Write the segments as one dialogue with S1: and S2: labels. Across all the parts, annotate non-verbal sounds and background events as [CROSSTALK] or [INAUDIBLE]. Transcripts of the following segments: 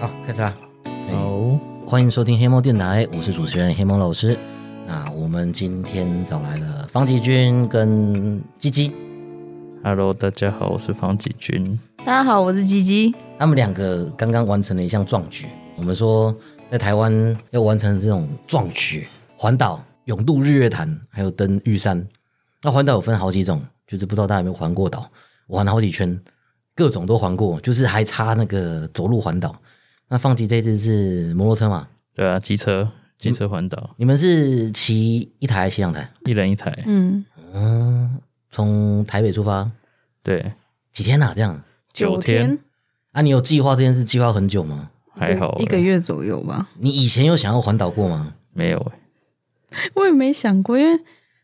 S1: 好，开始啦！
S2: 哎
S1: 哎
S3: 好，
S1: 欢迎收听黑猫电台，我是主持人黑猫老师。那我们今天找来了方吉君跟鸡鸡，
S3: Hello，大家好，我是方继军。
S2: 大家好，我是吉吉。
S1: 他们两个刚刚完成了一项壮举。我们说，在台湾要完成这种壮举，环岛、永渡日月潭，还有登玉山。那环岛有分好几种，就是不知道大家有没有环过岛？我环了好几圈，各种都环过，就是还差那个走路环岛。那放弃这次是摩托车嘛？
S3: 对啊，机车，机车环岛，
S1: 你们是骑一台还是骑两台？
S3: 一人一台。
S2: 嗯，
S1: 嗯，从台北出发
S3: 对，
S1: 几天啊？这样
S3: 九天
S1: 啊？你有计划这件事计划很久吗？
S3: 还好
S2: 一个
S3: 欸
S2: 月左右吧。
S1: 你以前有想要环岛过吗？
S3: 没有欸。
S2: 我也没想过，因为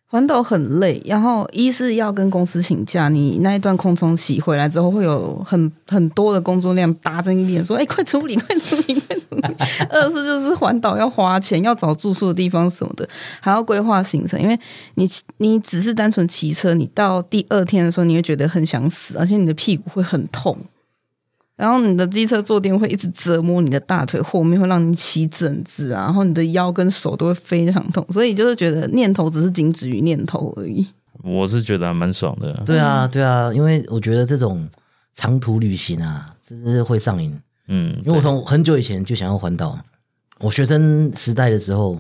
S2: 环岛很累，然后一是要跟公司请假，你那一段空窗期回来之后，会有很很多的工作量搭着你脸，说：“哎、快处理， [LAUGHS] 快处理， [LAUGHS] 快处理。”二是就是环岛要花钱，要找住宿的地方什么的，还要规划行程，因为你骑你只是单纯骑车，你到第二天的时候，你会觉得很想死，而且你的屁股会很痛。然后你的机车坐垫会一直折磨你的大腿后面，会让你起疹子啊，然后你的腰跟手都会非常痛，所以就是觉得念头只是仅止于念头而已。
S3: 我是觉得还蛮爽的啊。
S1: 对啊，对啊，因为我觉得这种长途旅行啊，真是会上瘾。
S3: 嗯，
S1: 因为我从很久以前就想要环岛，我学生时代的时候，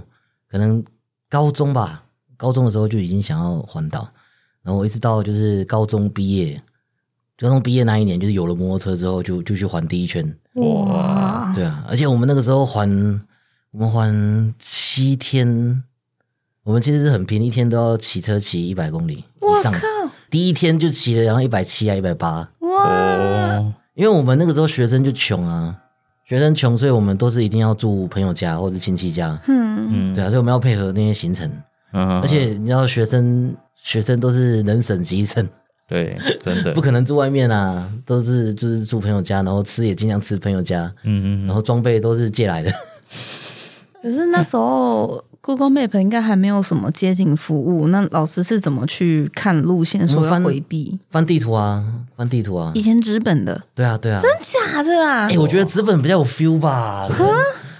S1: 可能高中吧，高中的时候就已经想要环岛，然后我一直到就是高中毕业，高中毕业那一年，就是有了摩托车之后就，就去环第一圈。
S3: 哇
S2: 哇！
S1: 对啊，而且我们那个时候还我们还七天，我们其实是很拼，一天都要骑车骑一百公里以上。第一天就骑了，然后一百七啊，一百八，
S2: 哇！
S3: 哦，
S1: 因为我们那个时候学生就穷啊，学生穷，所以我们都是一定要住朋友家或者亲戚家，
S2: 嗯，
S3: 嗯
S1: 对啊，所以我们要配合那些行程，
S3: 啊
S1: 而且你知道学生学生都是能省即省，
S3: 对，真的
S1: [LAUGHS] 不，可能住外面啊，都是就是住朋友家，然后吃也尽量吃朋友家，
S3: 嗯嗯
S1: 然
S3: 嗯，
S1: 后装备都是借来的。 [LAUGHS]
S2: 可是那时候 Google Map 应该还没有什么街景服务，那老师是怎么去看路线
S1: 我
S2: 说
S1: 们
S2: 要
S1: 翻
S2: 回避？
S1: 翻地图啊，翻地图啊
S2: 以，前纸本的，
S1: 对啊，对啊。
S2: 假的啊
S1: 哎、！我觉得纸本比较有 feel 吧。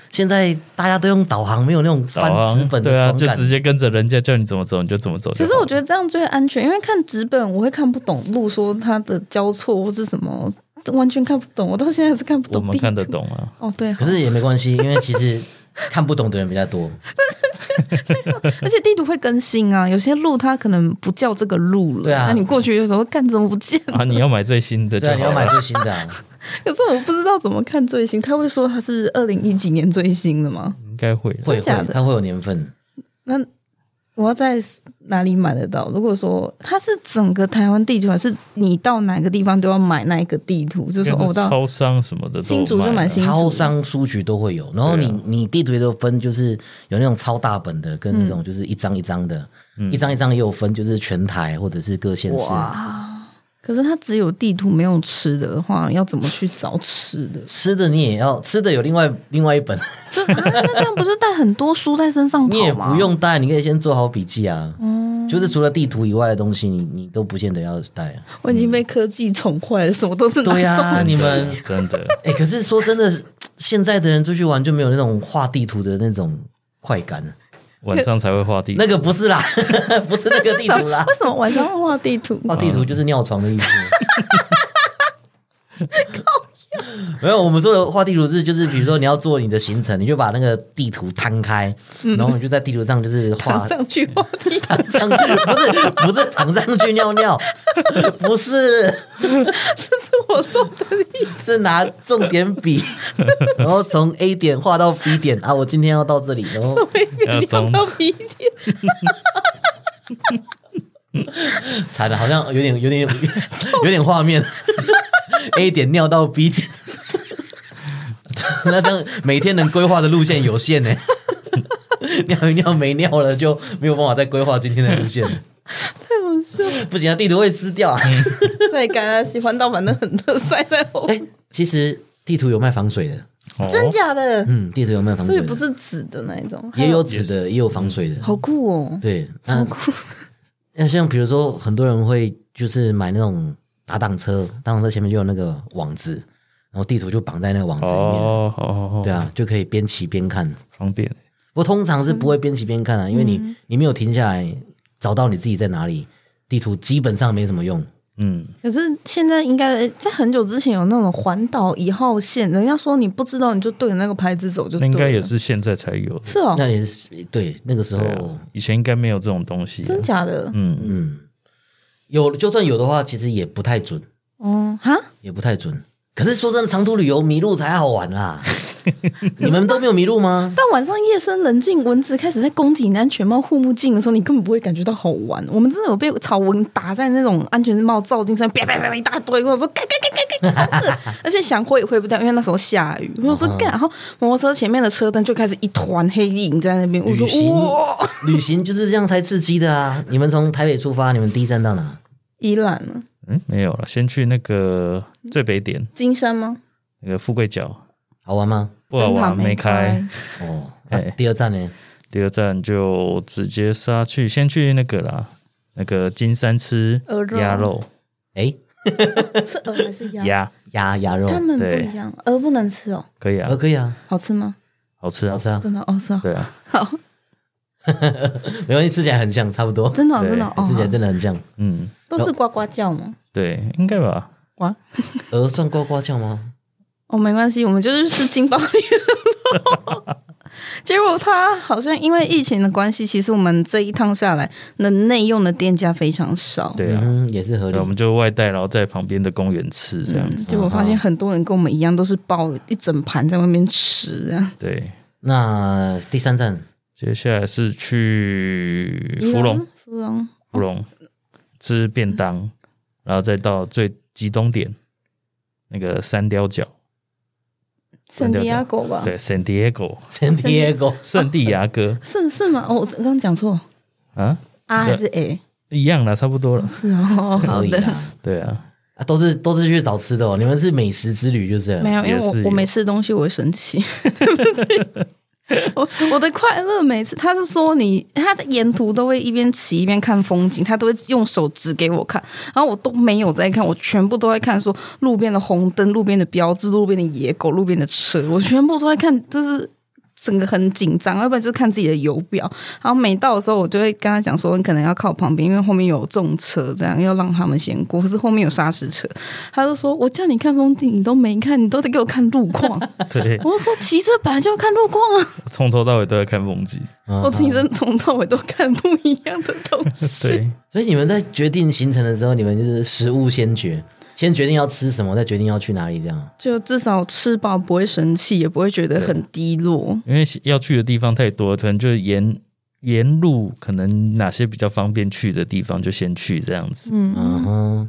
S1: 现在大家都用导航，没有那种
S3: 导
S1: 翻纸
S3: 航
S1: 本的
S3: 对啊，
S1: 爽
S3: 就
S1: 感。
S3: 直接跟着人家叫你怎么走你就怎么走就
S2: 可
S3: 好。
S2: 是我觉得这样最安全，因为看纸本我会看不懂路，说它的交错或是什么，完全看不懂。我到现在还是看不
S3: 我
S2: 懂。
S3: 们看得。懂啊，
S2: 哦，对，
S1: 可是也没关系，因为其
S2: [LAUGHS]
S1: 实看不懂的人比较多。
S2: 而且地图会更新啊，有些路它可能不叫这个路了，
S1: 对啊
S2: 那你过去的时候看怎么不见？ [LAUGHS]
S3: 啊，你要买最新的
S1: [LAUGHS]
S3: 就
S1: 对啊，你
S3: 好
S1: 要买
S3: 了。
S1: 最新的、啊。
S2: 可是我不知道怎么看最新，他会说它是二零一几年最新的吗？
S3: 应该会啦，
S1: 会
S2: 假
S1: 会，
S2: 的
S1: 它会有年份。
S2: 那我要在哪里买得到？如果说它是整个台湾地图，还是你到哪个地方都要买那一个地图？就是哦
S3: 应该
S2: 我
S3: 是
S2: 到
S3: 超商什么的都有
S2: 新竹就
S3: 卖
S2: 买
S3: 啊
S2: 新
S1: 超
S2: 竹
S1: 商、书局都会有，然后你、
S3: 对啊
S1: 你地图也都有分，就是有那种超大本的，跟
S3: 嗯
S1: 那种就是一张一张的，一张一张也有分，就是全台或者是各县市。
S2: 哇！可是它只有地图没有吃的话，要怎么去找吃的？ [LAUGHS]
S1: 吃的你也要吃的有另外另外一本，
S2: 就啊，那这样不是带很多书在身上跑吗？
S1: 你也不用带，你可以先做好笔记啊。就是除了地图以外的东西，你你都不见得要带啊。 [LAUGHS]
S2: 我已经被科技宠坏了，什么都是拿
S1: 对呀、
S2: 手
S1: 啊，你们
S3: 真的
S1: 哎、可是说真的，现在的人出去玩就没有那种画地图的那种快感。
S3: 晚上才会画
S2: [LAUGHS]
S3: 地，
S1: 那个不是啦， [LAUGHS] 不是那个地
S2: 什
S1: 图
S2: 么
S1: 啦哦
S2: 为，什么晚上会画地图？
S1: 画地图就是尿床的意 [LAUGHS] 思。没有，我们说的画地图是就是，比如说你要做你的行程，你就把那个地图摊开，然后你就在地图上就是画
S2: 躺上去画地图，
S1: 嗯上 [LAUGHS] 不是不是躺上去尿尿， [LAUGHS] 不是
S2: 这是我做的地图。
S1: 是拿重点笔，然后从 A 点画到 B 点啊，我今天要到这里，然后
S2: 我一边聊到鼻涕，
S1: 惨了，好像有点有点有点画面，A 点尿到 B 点。 [LAUGHS] 那这样每天能规划的路线有限呢、尿一尿没尿了就没有办法再规划今天的路线了，
S2: 太好
S1: [LAUGHS]
S2: 笑了。
S1: 不行啊，地图会撕掉啊！
S2: 晒干啊，喜欢到反正很热，晒在后
S1: 哎、
S2: 面。
S1: 其实地图有卖防水的，
S3: 哦
S2: [LAUGHS] 真假的？
S1: 嗯，地图有卖防
S2: 所
S1: 水的，
S2: 以不是纸的那一种，
S1: 也有嗯纸的，也有防水的，
S2: 好酷哦，
S1: 对，
S2: 好
S1: 那
S2: 酷。
S1: 那像比如说很多人会就是买那种打挡车，打挡车前面就有那个网子，然后地图就绑在那个网子里面，
S3: 哦哦哦，
S1: 对啊，就可以边骑边看。
S3: 方便。
S1: 不过通常是不会边骑边看啊，因为你你没有停下来找到你自己在哪里，地图基本上没什么用。
S3: 嗯，
S2: 可是现在应该呃在很久之前有那种环岛一号线，人家说你不知道你就对着那个牌子走就
S3: 那
S2: 对了，
S3: 应该也是现在才有的，
S2: 是哦，
S1: 那也是对那个时
S3: 对
S1: 候
S3: 啊，，以前应该没有这种东西啊。
S2: 真假的？
S3: 嗯，
S1: 嗯，有就算有的话，其实也不太准，
S2: 嗯，哈，
S1: 也不太准。可是说真的，长途旅游迷路才好玩
S3: [LAUGHS]
S1: 啦、你们都没有迷路吗？
S2: 但晚上夜深人静，蚊子开始在攻击你的安全帽、护目镜的时候，你根本不会感觉到好玩。我们真的有被草蚊打在那种安全帽照镜上，啪啪啪啪一大堆，跟我说干干干干干，好恶而且想挥也挥不掉，因为那时候下雨。我说干，然后摩托车前面的车灯就开始一团黑影在那边，我说
S1: 旅行
S2: 哇，
S1: 旅行就是这样才刺激的啊！你们从台北出发，你们第一站到哪？
S2: 依兰啊，
S3: 嗯，没有了，先去那个最北点
S2: 金山吗？
S3: 那个富贵角，
S1: 好玩吗？
S3: 布尔
S2: 灯塔
S3: 瓦
S2: 没
S3: 没开，，
S1: 哦，那
S3: 哎
S1: 第二站呢？
S3: 第二站就直接杀去，先去那个啦，那个金山吃
S2: 鹅肉
S3: 鸭肉
S1: 哎，
S2: 是鹅还是鸭？
S3: 鸭，
S1: 鸭鸭肉，
S2: 他们不
S3: 对
S2: 一样，鹅不能吃哦，
S3: 可以啊
S1: 呃，，可以啊，
S2: 好吃吗？
S3: 好吃
S1: 好
S3: 啊，
S1: 吃啊，
S2: 真的哦，是哦，
S3: 对啊，
S2: 好，
S1: 没关系，吃起来很像，差不多，
S2: 真的哦
S3: 对
S2: 真的哦
S1: 吃起来
S2: 哦，
S1: 真的很像。
S3: 嗯，
S2: 都是呱呱叫吗？
S3: 对，应该吧，
S2: 呱。
S1: 鹅算呱呱叫吗？
S2: 哦，没关系，我们就是吃金宝莲肉。 [LAUGHS] 结果他好像因为疫情的关系，其实我们这一趟下来，能内用的店家非常少。
S3: 对啊，
S1: 嗯，也是合理
S3: 对，我。们就外带，然后在旁边的公园吃这样子，
S2: 结果发现很多人跟我们一样，都是抱一整盘在外面吃啊。
S3: 对。
S1: 那第三站，
S3: 接下来是去芙蓉，，
S2: 嗯芙蓉，
S3: 芙蓉吃便当，然后再到最极东点那个三雕角，
S2: 圣地亚哥
S1: 啊
S2: 吧？
S3: 对，San Diego
S1: 圣地亚哥，
S3: 圣地亚哥
S2: 是是吗？哦，我刚刚讲错
S3: 啊，
S2: ，R 还是 A？
S3: 一样啦，差不多了。
S2: 是哦，好
S1: 可以
S2: 的。
S1: 啦。
S3: 对啊，
S1: 啊，都是都是去找吃的哦，你们是美食之旅就是了
S2: 没有，因为我
S3: 也是有
S2: 我没吃东西，我会生气。 [LAUGHS] 对不起，我我的快乐每次，他是说你，他的沿途都会一边骑一边看风景，他都会用手指给我看，然后我都没有在看，我全部都在看说路边的红灯、路边的标志、路边的野狗、路边的车，我全部都在看，就是。整个很紧张，要不然就是看自己的油表。然后每到的时候，我就会跟他讲说，你可能要靠旁边，因为后面有重车，这样要让他们先过，可是后面有砂石车。他就说：“我叫你看风景，你都没看，你都得给我看路况。
S1: [LAUGHS]
S3: 对”，
S2: 我就说：“骑车本来就要看路况啊，
S3: 从头到尾都在看风景。
S1: 嗯
S2: 我骑车从头到尾都看不一样的东西。
S3: [LAUGHS] 对，
S1: 所以你们在决定行程的时候，你们就是食物先决，先决定要吃什么，再决定要去哪里，这样。”
S2: 就至少吃饱不会生气，也不会觉得很低落。
S3: 因为要去的地方太多，可能就沿沿路可能哪些比较方便去的地方就先去这样子。
S1: 嗯哼，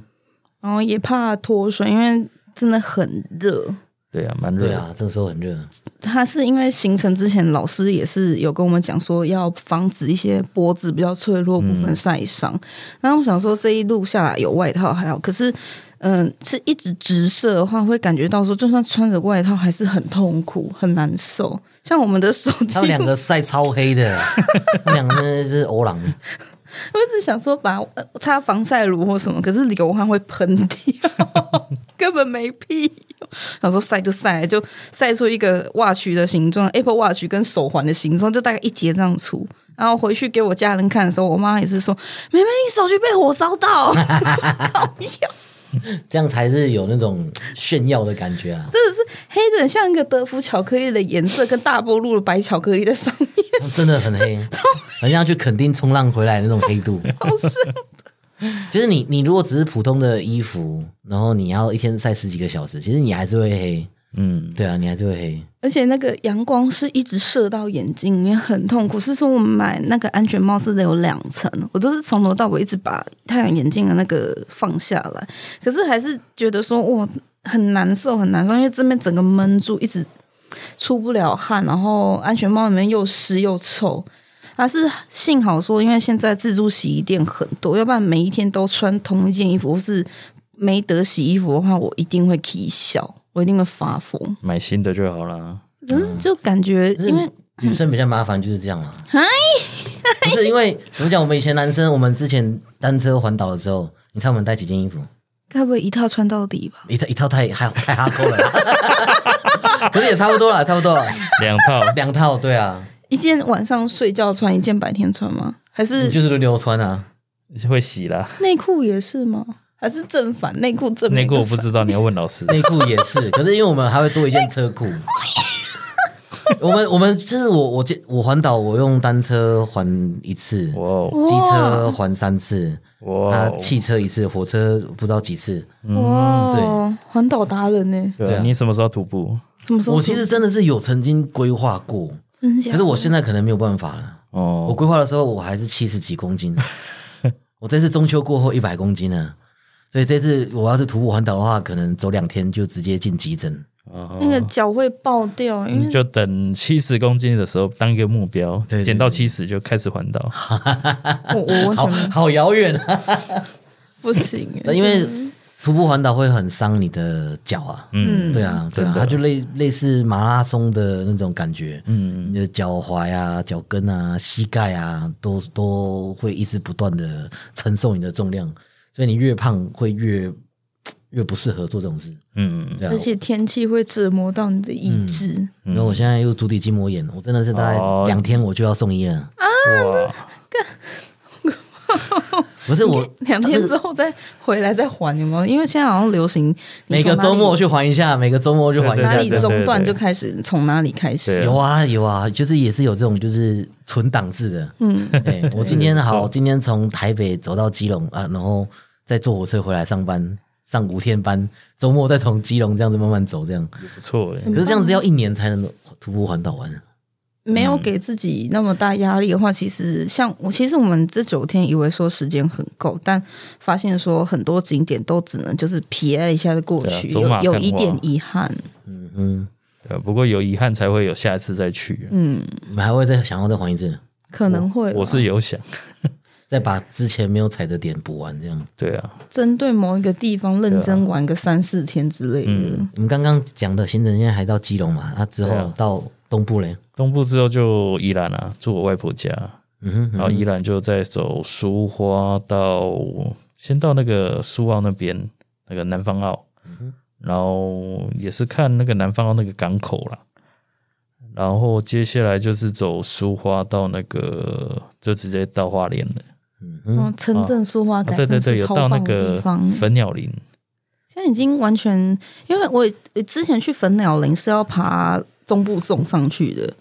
S2: 然后也怕脱水，因为真的很热。
S3: 对啊，蛮热
S1: 对
S3: 的。
S1: 啊，这个时候很热，
S2: 他是因为行程之前老师也是有跟我们讲说，要防止一些脖子比较脆弱部分晒伤。然后我想说，这一路下来有外套还好，可是，嗯、是一直直射的话，会感觉到说，就算穿着外套还是很痛苦，很难受。像我们的手机，
S1: [LAUGHS] 他们两个晒超黑
S2: [LAUGHS]
S1: 的，他们两个真的是欧朗。
S2: 我一直想说把呃擦防晒乳或什么，可是流汗会喷掉， [LAUGHS] 根本没屁用。想说晒就晒，就晒出一个 watch 的形状，Apple Watch 跟手环的形状，就大概一节这样粗。然后回去给我家人看的时候，我妈也是说：“妹妹，你手机被火烧到， [LAUGHS] 搞笑，
S1: 这样才是有那种炫耀的感觉啊！
S2: 真的是黑的像一个德芙巧克力的颜色，跟大波路的白巧克力在上面，
S1: 真的很
S2: [LAUGHS]
S1: 黑，很像去垦丁冲浪回来的那种黑度。
S2: 好深。
S1: 就是你，你如果只是普通的衣服，然后你要一天晒十几个小时，其实你还是会黑。
S3: 嗯，
S1: 对啊，你还是会黑。
S2: 而且那个阳光是一直射到眼睛，也很痛苦。是说我们买那个安全帽是得有两层，我都是从头到尾一直把太阳眼镜的那个放下来，可是还是觉得说哇很难受，很难受，因为这边整个闷住，一直出不了汗，然后安全帽里面又湿又臭。还是幸好说，因为现在自助洗衣店很多，要不然每一天都穿同一件衣服，或是没得洗衣服的话，我一定会起笑，我一定会发疯。
S3: 买新的就好啦。
S2: 可是就感觉，
S1: 嗯就是
S2: 因为
S1: 女生比较麻烦就是这样嘛。啊
S2: 嗨
S1: 不是因为怎么讲？我们以前男生，我们之前单车环岛的时候，你猜我们带几件衣服？
S2: 该不会一套穿到底吧？
S1: 一套一套太太太哈扣了啦，可是也差不多了， [LAUGHS] 差不多了
S3: 两套，
S1: 两套，对啊，
S2: 一件晚上睡觉穿，一件白天穿吗？还
S1: 你
S2: 是
S1: 就是轮流穿啊。
S3: 会洗啦。
S1: [LAUGHS]
S2: 内裤也是吗？还是正反内裤正
S3: 内裤我不知道，你要问
S1: [LAUGHS]
S3: 老师。
S1: 内裤也是，可是因为我们还会多一件车库。我们我们就是我我这我环岛我用单车环一次，
S3: 哇哦
S1: 机车环三次，
S3: 哇
S1: 啊
S3: 哦，
S1: 汽车一次，火车不知道几次。
S2: 哇，环岛达人呢、
S3: 对
S1: 对啊
S3: 啊，你什么时候徒步？
S2: 什么时候？
S1: 我其实真的是有曾经规划过，
S2: 真假
S1: 可是我现在可能没有办法了。我
S3: 哦，
S1: 规划的时候我还是七十几公斤，
S3: [LAUGHS]
S1: 我这次中秋过后一百公斤呢，所以这次我要是徒步环岛的话，可能走两天就直接进急诊。
S3: 哦
S2: 那个脚会爆
S1: 嗯
S2: 掉，因
S3: 你
S2: 为
S3: 就等七十公斤的时候当一个目标
S1: 对，对
S3: 减到七十就开始环岛。
S2: 我我
S1: [LAUGHS]
S2: 完
S1: 好
S2: 全
S1: 好遥远啊！
S2: 不行、
S1: 那 [LAUGHS] 因为徒步环岛会很伤你的脚啊。
S3: 嗯
S1: 对啊，对
S3: 真
S1: 啊，
S3: 的
S1: 它就类类似马拉松的那种感觉，
S3: 嗯，
S1: 你的脚踝啊、脚跟啊、膝盖啊，都都会一直不断的承受你的重量，所以你越胖会越越不适合做这种事，
S3: 嗯，
S1: 对啊
S2: 而。且天气会折磨到你的意志。
S1: 然后我现在又足底筋膜炎，我真的是大
S3: 哦
S1: 概两天我就要送医了。
S3: 哇，
S1: 不是我
S2: [LAUGHS] 两天之后再回来再还，有没有？因为现在好像流行你
S1: 每
S2: 从
S1: 个
S2: 哪里
S1: 周末去还一下，每个周末去还一
S3: 对
S2: 哪
S1: 下
S2: 里
S1: 这样。
S2: 中断
S3: 对对对
S2: 就开始从哪里开
S3: 对
S2: 始。
S1: 有啊有啊，就是也是有这种就是存档制的。
S3: [LAUGHS]
S2: 嗯，
S1: 哎，我今天好，今天从台北走到基隆啊，然后再坐火车回来上班，上五天班，周末再从基隆这样子慢慢走，这样。
S3: 不错耶，欸
S1: 可是这样子要一年才能徒步环岛完。
S2: 没
S3: 嗯
S2: 有给自己那么大压力的话，其实像我，其实我们这九天以为说时间很够，但发现说很多景点都只能就是皮埃一下就过去，
S3: 对啊走马
S2: 有有
S3: 看花
S2: 一点遗憾。
S1: 嗯嗯，
S3: 对啊不过有遗憾才会有下一次再去。啊
S2: 嗯，
S1: 你们还会再想要再环一次，
S2: 可能会
S1: 啊
S2: 啊吧
S3: 我是有想，
S1: 再把之前没有踩的点补完，这样。
S3: 对啊，
S2: 针对某一个地方认真玩个三四天之类的。
S3: 嗯
S1: 我们刚刚讲的行程现在还到基隆嘛，啊，之
S3: 对
S1: 后
S3: 啊
S1: 到东部嘞。
S3: 东部之后就宜兰啊，住我外婆家，
S1: 嗯哼，
S3: 然后宜兰就再走苏花到，先到那个苏澳那边，那个南方澳，然后也是看那个南方澳那个港口啦。然后接下来就是走苏花到那个，就直接到花莲了。
S1: 嗯
S2: 嗯，
S1: 哼，
S2: 城镇苏花
S3: 啊
S2: 改、
S3: 对对
S2: 哦真
S3: 对，
S2: 是
S3: 有
S2: 超
S3: 到那
S2: 棒的
S3: 个
S2: 地方。
S3: 粉鸟林，
S2: 现在已经完全，因为我我之前去粉鸟林是要爬中部纵上去的，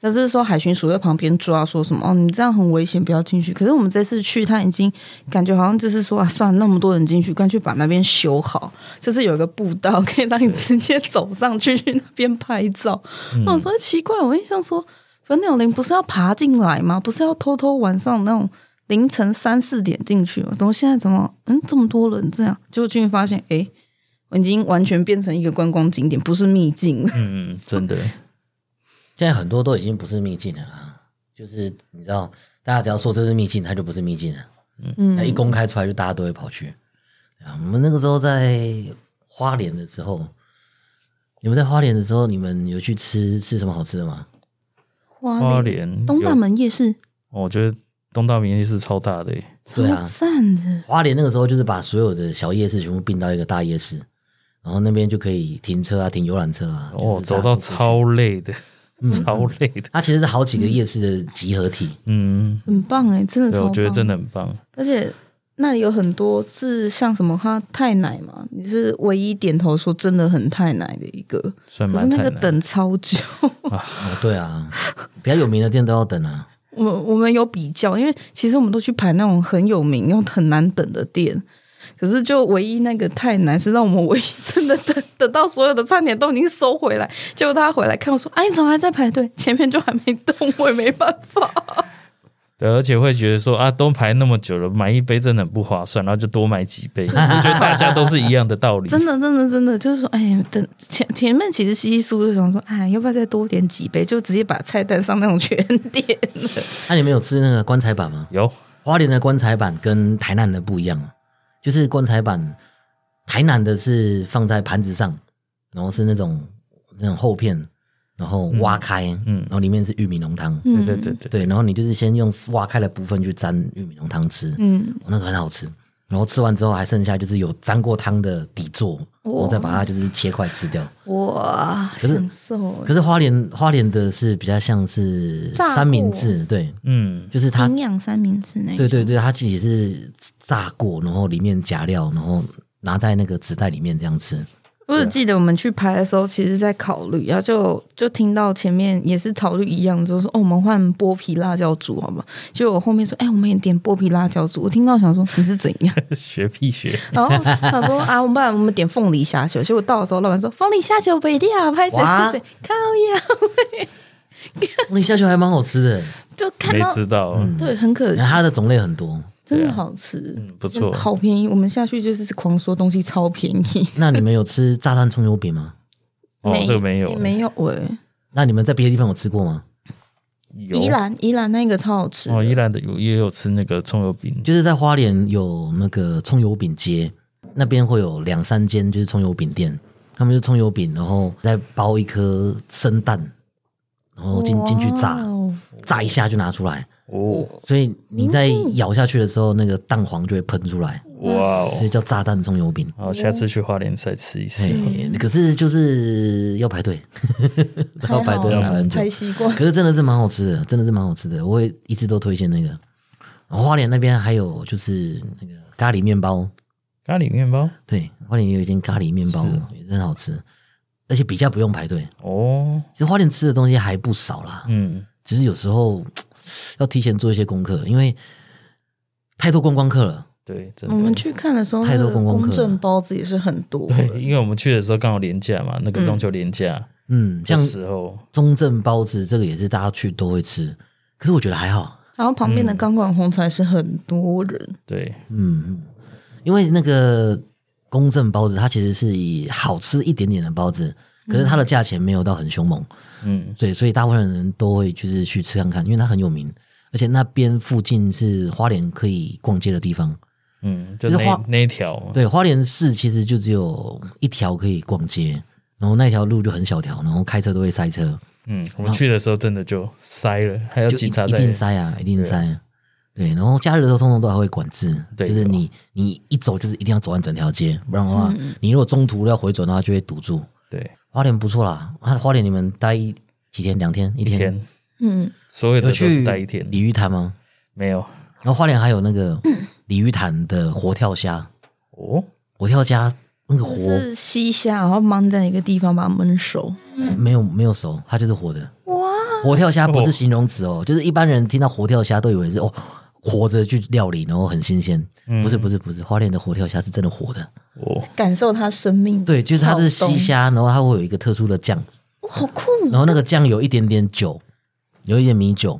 S2: 可是说海巡署在旁边抓，说什么哦，你这样很危险，不要进去。可是我们这次去，他已经感觉好像就是说啊，算了，那么多人进去，干脆把那边修好，就是有一个步道可以让你直接走上去去那边拍照。我说奇怪，我印象说粉鸟林不是要爬进来吗？不是要偷偷晚上那种。凌晨三四点进去吗，怎么现在怎么嗯这么多人这样？结果进去发现，诶，我已经完全变成一个观光景点，不是秘境了。
S3: 嗯，真的，
S1: 现在很多都已经不是秘境了啊，就是你知道，大家只要说这是秘境，它就不是秘境了。那一
S2: 嗯，
S1: 公开出来，就大家都会跑去。啊，我们那个时候在花莲的时候，你们在花莲的时候，你们有去吃吃什么好吃的吗？
S2: 花
S3: 花
S2: 莲
S3: 莲
S2: 哦东大
S3: 有，哦
S2: 门夜市
S3: 我觉得东大门夜市超大的耶，欸
S2: 超
S1: 对啊
S2: 赞的，
S1: 花莲那个时候就是把所有的小夜市全部并到一个大夜市，然后那边就可以停车啊，停游览车啊。
S3: 哦，
S1: 就是大家
S3: 走到
S1: 都可以去
S3: 超累的，超累的，
S1: 它其实是好几个夜市的集合体。
S3: 嗯，
S2: 很棒哎、真的
S3: 对，
S2: 超棒。
S3: 我觉得真的很棒。
S2: 而且那里有很多是像什么哈太奶嘛，你是唯一点头说真的很太奶的一个，
S3: 算
S2: 可是
S3: 蛮
S2: 那个
S3: 太难
S2: 等超久。
S1: 哦，对啊，比较有名的店都要等啊。
S2: 我们我们有比较，因为其实我们都去排那种很有名又很难等的店，可是就唯一那个太难，是让我们唯一真的等等到所有的餐点都已经收回来，结果他回来看我说：“哎，你怎么还在排队？前面就还没动，我也没办
S3: [LAUGHS]
S2: 法。
S3: 对，而且会觉得说啊，都排那么久了，买一杯真的很不划算，然后就多买几
S2: [LAUGHS]
S3: 杯。我觉得大家都是一样的道理。
S2: 真的，真的，真的，就是说，哎，等前前面其实稀稀疏疏，想说，哎，要不要再多点几杯？就直接把菜单上那种全点。
S1: 那、你们有吃那个棺材板吗？
S3: 有
S1: 啊
S3: 嗯
S1: 然后里面是玉米浓汤，
S3: [LAUGHS]
S2: 嗯，
S3: 对对对对，
S1: 对，然后你就是先用挖开的部分去沾玉米浓汤吃，哦
S2: 嗯，
S1: 那个很好吃。然后吃完之后还剩下就是有沾过汤的底座，我再把它就是切块吃掉。
S2: 哇，
S1: 是
S2: 享受
S1: 可是花莲花莲的是比较像是
S4: 炸过
S1: 三明治，对，
S3: 嗯， [LAUGHS]
S1: 就是它
S4: 营养三明治那一
S1: 对对
S4: 种，
S1: 对，它其实是炸过，然后里面夹料，然后拿在那个纸袋里面这样
S2: [LAUGHS]
S1: 吃。哦
S2: 我
S3: 啊
S2: 只记得我们去排的时候，其实在考虑，然后就就听到前面也是考虑一样，就说哦，我们换剥皮辣椒煮，好吧？结果我后面说，哎，我们也点剥皮辣椒煮。我听到想说你是怎
S3: [LAUGHS]
S2: 样，
S3: 学屁学，
S2: 然后想说啊，我们不然我们点凤梨虾球。结果到的时候，老板说凤梨虾球不一定啊，拍谁
S1: 哇
S2: 拍谁，靠呀，
S1: 那下去还蛮好吃的，
S2: 就看
S3: 没
S2: 到嗯
S3: 吃到，啊
S2: 对，很可惜
S1: 然后，它的种类很多。
S2: 真
S3: 对
S2: 的
S3: 啊
S2: 好吃，
S3: 嗯不错
S2: 好便宜。我们下去就是狂说东西超便宜，
S1: 那你们有吃炸弹葱油饼吗？
S3: 哦，这个没有欸
S2: 也，没有喂、
S1: 那你们在别的地方有吃过吗？
S3: 有
S2: 宜兰宜兰那个超好吃的，
S3: 哦，依兰的有也有吃那个葱油饼，
S1: 就是在花莲有那个葱油饼街，那边会有两三间就是葱油饼店，他们就葱油饼，然后再包一颗生蛋，然后进进去炸
S2: 哇，哦
S1: 炸一下就拿出来。
S3: 哦，
S2: 嗯
S1: 所以你在咬下去的时候，那个蛋黄就会喷出来，
S3: 哇哦
S1: 所以，叫炸弹葱油饼。
S3: 好，下次去花莲再吃一
S2: 嗯
S3: 次，
S1: 嘿，可是就是要排
S3: [LAUGHS]
S1: 队，要排队要排很久。
S2: 排习惯。
S1: 可是真的是蛮好吃的，真的是蛮好吃的，我会一直都推荐那个。然后花莲那边还有就是那个咖喱面包，
S3: 咖喱面包，
S1: 对，花莲也有一间咖喱面包，也真好吃，而且比较不用排队。
S3: 哦，
S1: 其实花莲吃的东西还不少啦，
S3: 嗯，
S1: 只是有时候要提前做一些功课，因为太多观光客了。
S3: 对，真
S2: 我们
S3: 的。
S2: 去看的时候，
S1: 太多
S2: 那个
S1: 观光客了
S2: 公正包子也是很多的，
S3: 对，因为我们去的时候刚好廉价嘛，那个中秋廉价
S1: 嗯，
S3: 的
S1: 像
S3: 时候，
S1: 中正包子这个也是大家去都会吃，可是我觉得还好。
S2: 然后旁边的钢管红茶也是很多人，
S3: 对，
S1: 嗯，嗯，因为那个公正包子，它其实是以好吃一点点的包子，可是它的价钱没有到很凶猛，
S3: 嗯，
S1: 对，所以大部分人都会就是去吃看看，因为它很有名，而且那边附近是花莲可以逛街的地方。
S3: 嗯，就
S1: 就是
S3: 那
S1: 花
S3: 那一条，
S1: 对，花莲市其实就只有一条可以逛街，然后那条路就很小条，然后开车都会塞车，
S3: 嗯，我们去的时候真的就塞了，还有
S1: 就一
S3: 警察
S1: 一
S3: 在，
S1: 定塞啊，一定塞、啊。对，然后假日的时候通常都还会管制，
S3: 对啊
S1: 就是
S3: 有
S1: 你你一走就是一定要走完整条街，不然的话，你如果中途要回转的话，就会堵住。
S3: 对，
S1: 花莲不错啦，啊，花莲你们待几天？两天？一
S3: 一
S1: 天？
S3: 天，
S2: 嗯，
S3: 所有的
S1: 有
S3: 都是
S1: 去
S3: 待一天，
S1: 鲤鱼潭吗？
S3: 没有，
S1: 然后花莲还有那个鲤鱼潭的活跳虾，
S3: 哦，
S1: 活跳虾那个
S2: 就
S1: 活
S2: 嗯是西虾，然后mang在一个地方把它焖熟，
S1: 没有没有熟，它就是活的。
S4: 哇，
S1: 活跳虾不是形容词哦，就是一般人听到活跳虾都以为是哦活着去料理，然后很新鲜。
S3: 嗯
S1: 不是不是不是，花莲的活跳虾是真的活的。
S3: 哦，
S2: 感受它生命。
S1: 对，就是它是西，虾，然后它会有一个特殊的酱，
S2: 哇，好酷，
S1: 然后那个酱有一点点酒，有一点米酒，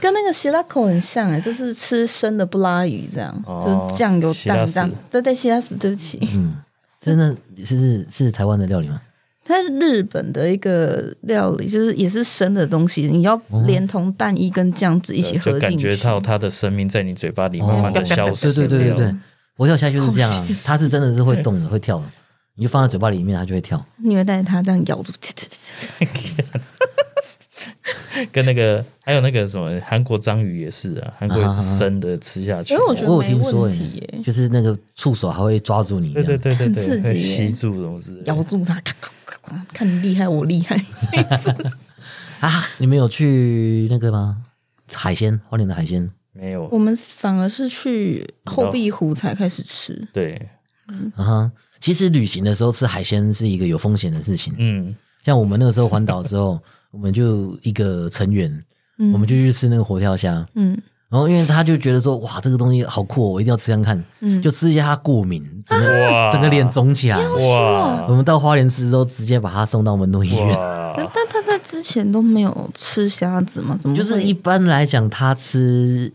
S2: 跟那个希拉口很像哎，就是吃生的不拉鱼这样，
S3: 哦
S2: 就是酱油
S3: 希拉
S2: 蛋
S3: 斯
S2: 这样。对对，希拉斯，对不起，
S1: 嗯，真的是是是台湾的料理吗？
S2: 它是日本的一个料理，就是也是生的东西，你要
S1: 哦
S2: 连同蛋液跟酱汁一起合
S3: 就感
S2: 进
S3: 觉
S2: 去。
S3: 到它的生命在你嘴巴里慢慢的消
S1: 对
S3: 失，
S1: 哦对对对对，，活跳虾就是这样啊，它是真的是会动的，会跳的，你就放在嘴巴里面，它就会跳。
S2: 你会带着它这样咬住，切切切切切
S3: 跟那个还有那个什么韩国章鱼也是啊，韩国也是生的吃下去，
S2: 因为我觉得
S1: 我有听说
S2: 没问
S1: 诶、
S2: 题耶
S1: 就是那个触手还会抓住你这
S3: 对
S1: 样，
S3: 对对对对，
S2: 很刺激
S3: 会
S2: 耶
S3: 吸住什么之类的
S2: 咬住它，咔咔咔咔看你厉害，我厉害。
S1: 啊！你们有去那个吗？海鲜，花莲的海鲜，
S3: 没有
S2: 我，们反而是去后壁湖才开始吃，
S3: 对，
S1: 啊哈。其实旅行的时候吃海鲜是一个有风险的事情。
S3: 嗯，
S1: 像我们那个时候环岛之后， [LAUGHS] 我们就一个成员，
S2: 嗯
S1: 我们就去吃那个活跳虾，
S2: 嗯，
S1: 然后因为他就觉得说，哇，这个东西好酷、哦，我一定要吃看看，
S2: 嗯
S1: 就吃一下他过敏，整个、
S3: 哇
S1: 整个脸肿起来。
S3: 哇
S1: 我们到花莲市之后，直接把他送到门东医院。
S3: 哇，
S2: 但他在之前都没有吃虾子嘛？怎么
S1: [LAUGHS]
S2: 会
S1: 就是一般来讲，他吃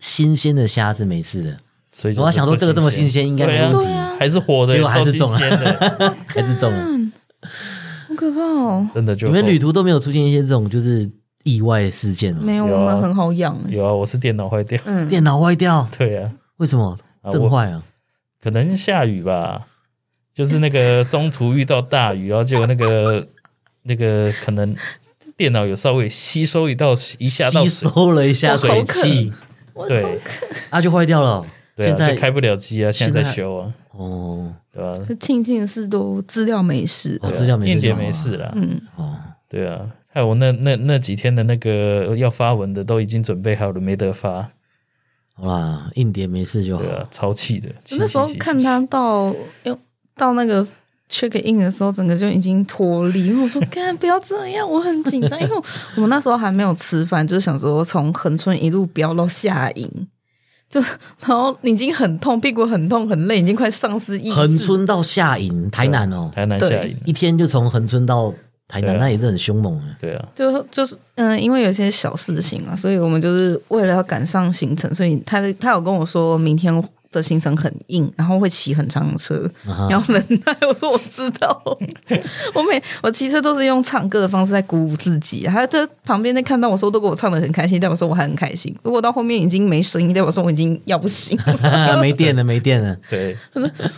S1: 新鲜的虾是没事的，
S3: 所以
S1: 我还想说这个这么新鲜应该没问
S3: 对
S1: 题
S3: 啊，还是活的，
S1: 结果还是
S3: 超
S1: 中了
S3: 新鲜的，
S1: 还是中了。
S2: 好可怕哦！
S3: 真的就
S1: 你们旅途都没有出现一些这种就是意外事件吗？
S2: 没有，
S3: 有啊
S2: 我们很好养耶，
S3: 有啊，我是电脑坏掉，
S2: 嗯，
S1: 电脑坏掉，
S3: [LAUGHS] 对啊，
S1: 为什么
S3: 啊
S1: 震
S3: 我
S1: 坏啊？
S3: 可能下雨吧，就是那个中途遇到大雨，然后结果那个 [LAUGHS] 那个可能电脑有稍微吸收一道一下到
S1: 吸
S3: 水，
S1: 收了一下
S3: 水
S1: 水汽，
S3: 对，
S1: [LAUGHS] 啊就坏掉了。
S3: 对啊，
S1: 现在
S3: 就开不了机啊，现在
S1: 现
S3: 在
S1: 在
S3: 修啊，
S1: 哦，
S3: 对吧、啊？
S2: 这庆幸是都资料没事
S1: 哦，资料没事
S3: 硬
S1: 就
S3: 碟
S1: 好
S3: 没
S1: 了
S3: 事啦，
S1: 哦，
S3: 对啊。害我那那那几天的那个要发文的都已经准备好了，没得发，
S1: 好啦，硬碟没事就好
S3: 对。啊，超气的。气
S2: 那时候
S3: 气气
S2: 看
S3: 气
S2: 他到用到那个 check in 的时候，整个就已经脱离。我说：“干，不要这样，我很紧张。”因为我们那时候还没有吃饭，就是想说从横村一路飙到下营，就然后已经很痛，屁股很痛，很累，已经快丧失意识。
S1: 恒春到下营，台南哦，
S3: 台南
S2: 对
S3: 下营，
S1: 一天就从恒春到台南，
S3: 对啊
S1: 那也是很凶猛的。
S3: 对啊，
S2: 就就是嗯，因为有些小事情啊，所以我们就是为了要赶上行程，所以他他有跟我说明天的行程很硬，然后会骑很长的车，
S1: 啊
S2: 然后忍耐。 [LAUGHS] 我说我知道， [LAUGHS] 我每我骑车都是用唱歌的方式在鼓舞自己。他在旁边在看到我说，都给我唱的很开心，代表说我还很开心。如果到后面已经没声音，代表说我已经要不行。
S1: 哈，啊 [LAUGHS] 没电了，没电了。
S3: 对，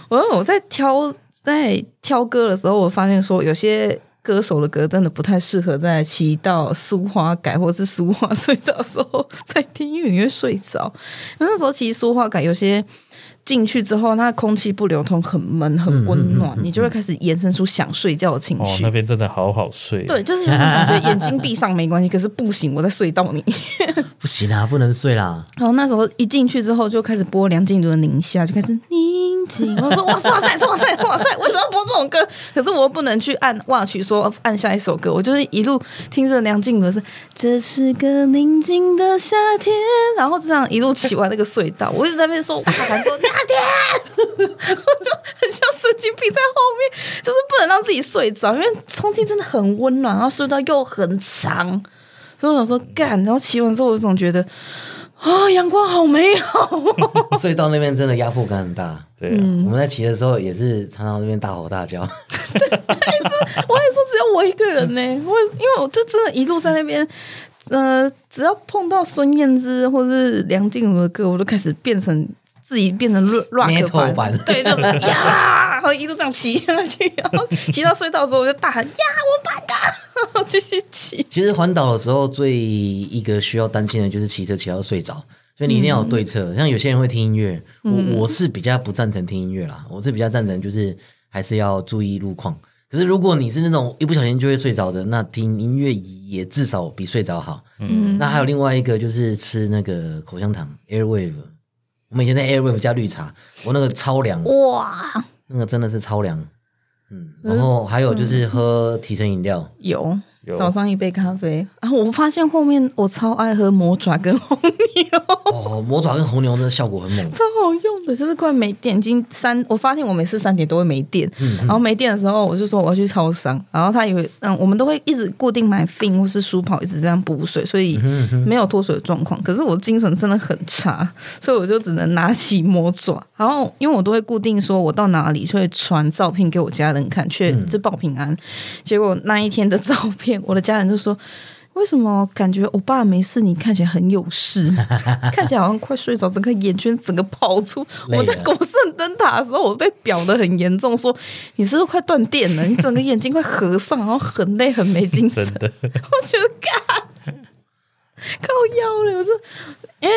S2: 我我在挑在挑歌的时候，我发现说有些歌手的歌真的不太适合在骑到苏花改或是苏花隧道的时候再听，因为你会睡着。因为那时候骑苏花改有些。进去之后，那空气不流通，很闷，很温暖，你就会开始延伸出想睡觉的情
S3: 哦，
S2: 绪。
S3: 那边真的好好睡。
S2: 对，，就是有种感觉，眼睛闭上没关系，可是不行，我在隧道里。
S1: 不行啊，不能睡
S2: [LAUGHS]
S1: 啦。
S2: 然后那时候一进去之后，就开始播梁静茹的《宁夏》，就开始宁静。我说哇塞哇塞哇塞哇塞，为什么要播这种歌？可是我又不能去按 watch 说按下一首歌，我就是一路听着梁静茹的是这是个宁静的夏天，然后这样一路骑完那个隧道，我一直在那边说，我大喊说夏天， [LAUGHS] 我就很像神经病在后面，就是不能让自己睡着，因为空气真的很温暖，然后隧道又很长。所以我想说干，然后骑完之后，我总觉得啊、阳光好美好。 [LAUGHS]
S1: 隧道那边真的压迫感很大。
S3: 对啊，
S2: 嗯
S1: 我们在骑的时候也是常常那边大吼大叫，
S2: 我也说只有我一个人呢、我因为我就真的一路在那边，呃，只要碰到孙燕姿或是梁静茹的歌，我都开始变成自己变成 rock
S1: Metal
S2: 版，
S1: 版 [LAUGHS]
S2: 对，就是呀，然后一路这样骑下去，然后骑到隧道的时候，我就大喊呀，我办的，然后继续骑。
S1: 其实环岛的时候，最一个需要担心的就是骑车骑到睡着，所以你一定要有对策。像有些人会听音乐，我我是比较不赞成听音乐啦，我是比较赞成就是还是要注意路况。可是如果你是那种一不小心就会睡着的，那听音乐也至少比睡着好。
S2: 嗯，
S1: 那还有另外一个就是吃那个口香糖 Airwave，我们以前在 Airwave 加绿茶，我那个超凉，
S2: 哦哇，
S1: 那个真的是超凉。嗯，然后还有就是喝提神饮料，
S2: 有。
S3: 有
S2: 早上一杯咖啡，然、后我发现后面我超爱喝魔爪跟红牛，
S1: 哦，魔爪跟红牛真的效果很猛。
S2: 超好用的，就是快没电，已经三，我发现我每次三点都会没电，然后没电的时候我就说我要去超商，然后他也会，嗯，我们都会一直固定买 fin 或是舒跑，一直这样补水，所以没有脱水的状况。可是我精神真的很差，所以我就只能拿起魔爪，然后因为我都会固定说我到哪里，所以传照片给我家人看，却就报平安。结果那一天的照片，我的家人就说。为什么感觉欧巴没事？你看起来很有事，看起来好像快睡着，整个眼圈整个跑出。
S1: 累了
S2: 我在国盛灯塔的时候，我被表的很严重，说你是不是快断电了？你整个眼睛快合上，然后很累，很没精神
S3: 真。的
S2: [LAUGHS] 我觉得干靠腰了，我说因为。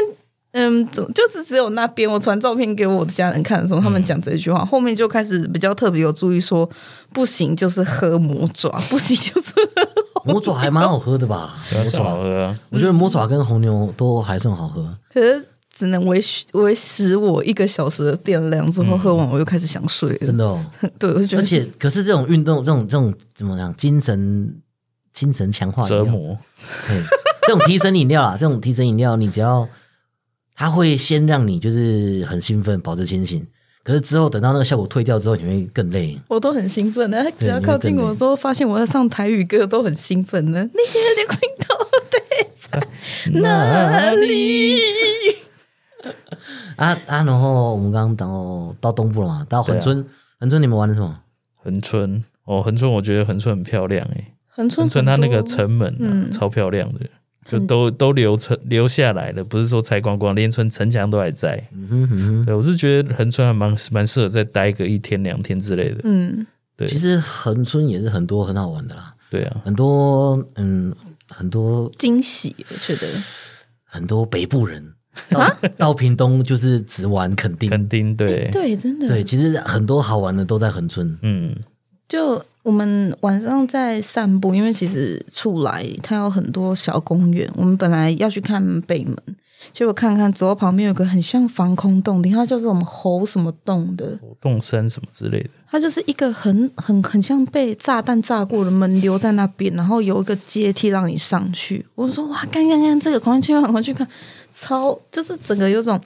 S2: 嗯，怎么就是只有那边我传照片给我的家人看的时候，他们讲这一句话，后面就开始比较特别有注意说，不行就是喝魔爪， [LAUGHS] 不行就是
S1: 魔爪还蛮好喝的吧？
S3: 对啊
S1: 魔
S3: 算好
S1: 爪，
S3: 喝啊，
S1: 我觉得魔爪跟红牛都还算好喝。
S2: 可是只能维持维持我一个小时的电量，之后喝完我又开始想睡了。
S1: 真的哦，
S2: 对，我就觉
S1: 而
S2: 得
S1: 且可是这种运动，这种这种怎么讲，精神精神强化饮料
S3: 折，磨。
S1: 对这种提神饮料啦， [LAUGHS] 这种提神饮料，你只要它会先让你就是很兴奋，保持清醒。可是之后等到那个效果退掉之后，你会更累。
S2: 我都很兴奋的。他只要靠近我之后，发现我在唱台语歌，都很兴奋的。你的流星到底在哪里？
S1: 啊啊！然后我们刚刚讲到到东部了嘛，到恒春，恒春你们玩的什么？
S3: 恒春哦，恒春我觉得恒春很漂亮诶、
S2: 恒春
S3: 恒春它那个城门、啊
S2: 嗯
S3: 超漂亮的，就都都留存留下来了，不是说拆光光，连城城墙都还在。
S1: 嗯哼嗯哼。
S3: 对，我是觉得恒春还蛮蛮适合再待个一天两天之类的。
S2: 嗯，
S3: 对
S1: 其实恒春也是很多很好玩的啦，
S3: 对啊，
S1: 很多嗯，很多
S2: 惊喜，我觉得
S1: 很多北部人到到屏东就是只玩垦丁，
S3: 垦丁对，
S2: 对，真的
S1: 对，其实很多好玩的都在恒春，
S3: 嗯，
S2: 就我们晚上在散步，因为其实出来它有很多小公园。我们本来要去看北门，结果看看走到旁边有个很像防空洞顶，它叫做我们猴什么洞的，
S3: 动身什么之类的，
S2: 它就是一个很很很像被炸弹炸过的门留在那边，然后有一个阶梯让你上去。我说哇，看看看这个，赶快去看，赶快去看，超就是整个有种。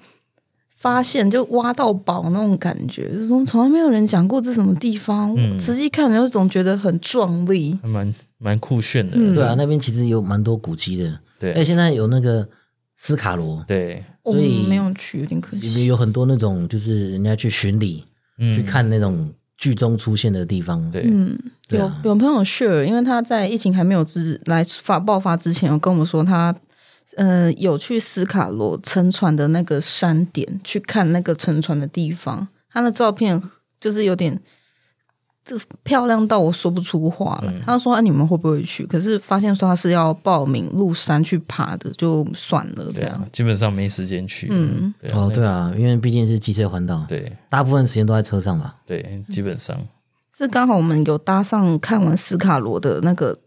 S2: 发现就挖到宝那种感觉，就是说从来没有人讲过这什么地方，
S1: 嗯
S2: 我实际看了又总觉得很壮丽。
S3: 还蛮蛮酷炫的，
S2: 嗯
S1: 对啊，那边其实有蛮多古迹的，
S3: 对
S1: 哎，现在有那个斯卡罗，
S3: 对，
S2: 我
S1: 所
S2: 们
S1: 以
S2: 哦没有去，有点可
S1: 里
S2: 惜。
S1: 面有很多那种就是人家去巡礼，
S3: 嗯，
S1: 去看那种剧中出现的地方，
S3: 对，
S2: 嗯，
S1: 对
S2: 有
S1: 啊
S2: 有朋友 share，因为他在疫情还没有之来发爆发之前，有跟我们说他呃有去斯卡罗沉船的那个山点去看那个沉船的地方，他的照片就是有点。这漂亮到我说不出话来。他说、啊：“你们会不会去？”可是发现说他是要报名入山去爬的，就算了这
S3: 对
S2: 样。
S3: 啊，基本上没时间去，
S2: 嗯，
S3: 对啊
S1: 哦，对啊，因为毕竟是机车环岛，
S3: 对
S1: 大部分时间都在车上吧，
S3: 对，基本上
S2: 是刚好我们有搭上看完斯卡罗的那个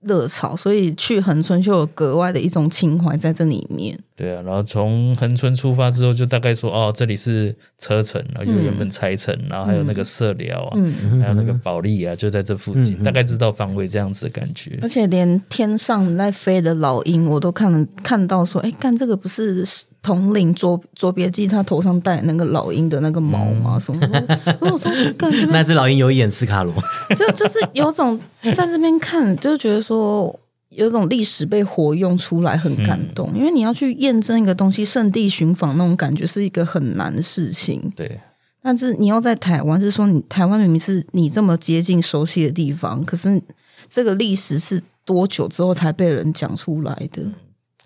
S2: 热潮，所以去恒春就有格外的一种情怀在这里面。
S3: 对啊，然后从恒春出发之后，就大概说哦，这里是车城，然后就原本柴城，然后还有那个社寮啊，
S2: 嗯，
S3: 还有那个保利啊，就在这附近，大概知道方位这样子的感觉
S2: 而。且连天上在飞的老鹰，我都看了看到说，哎，干这个不是统领卓卓别姬他头上戴那个老鹰的那个毛吗？什么的？我有说，干这边
S1: 那只老鹰有演斯卡罗，
S2: 就就是有种在这边看，就觉得说有种历史被活用出来，很感动。因为你要去验证一个东西，圣地寻访那种感觉是一个很难的事情。
S3: 对，
S2: 但是你要在台湾，是说你台湾明明是你这么接近熟悉的地方，可是这个历史是多久之后才被人讲出来的？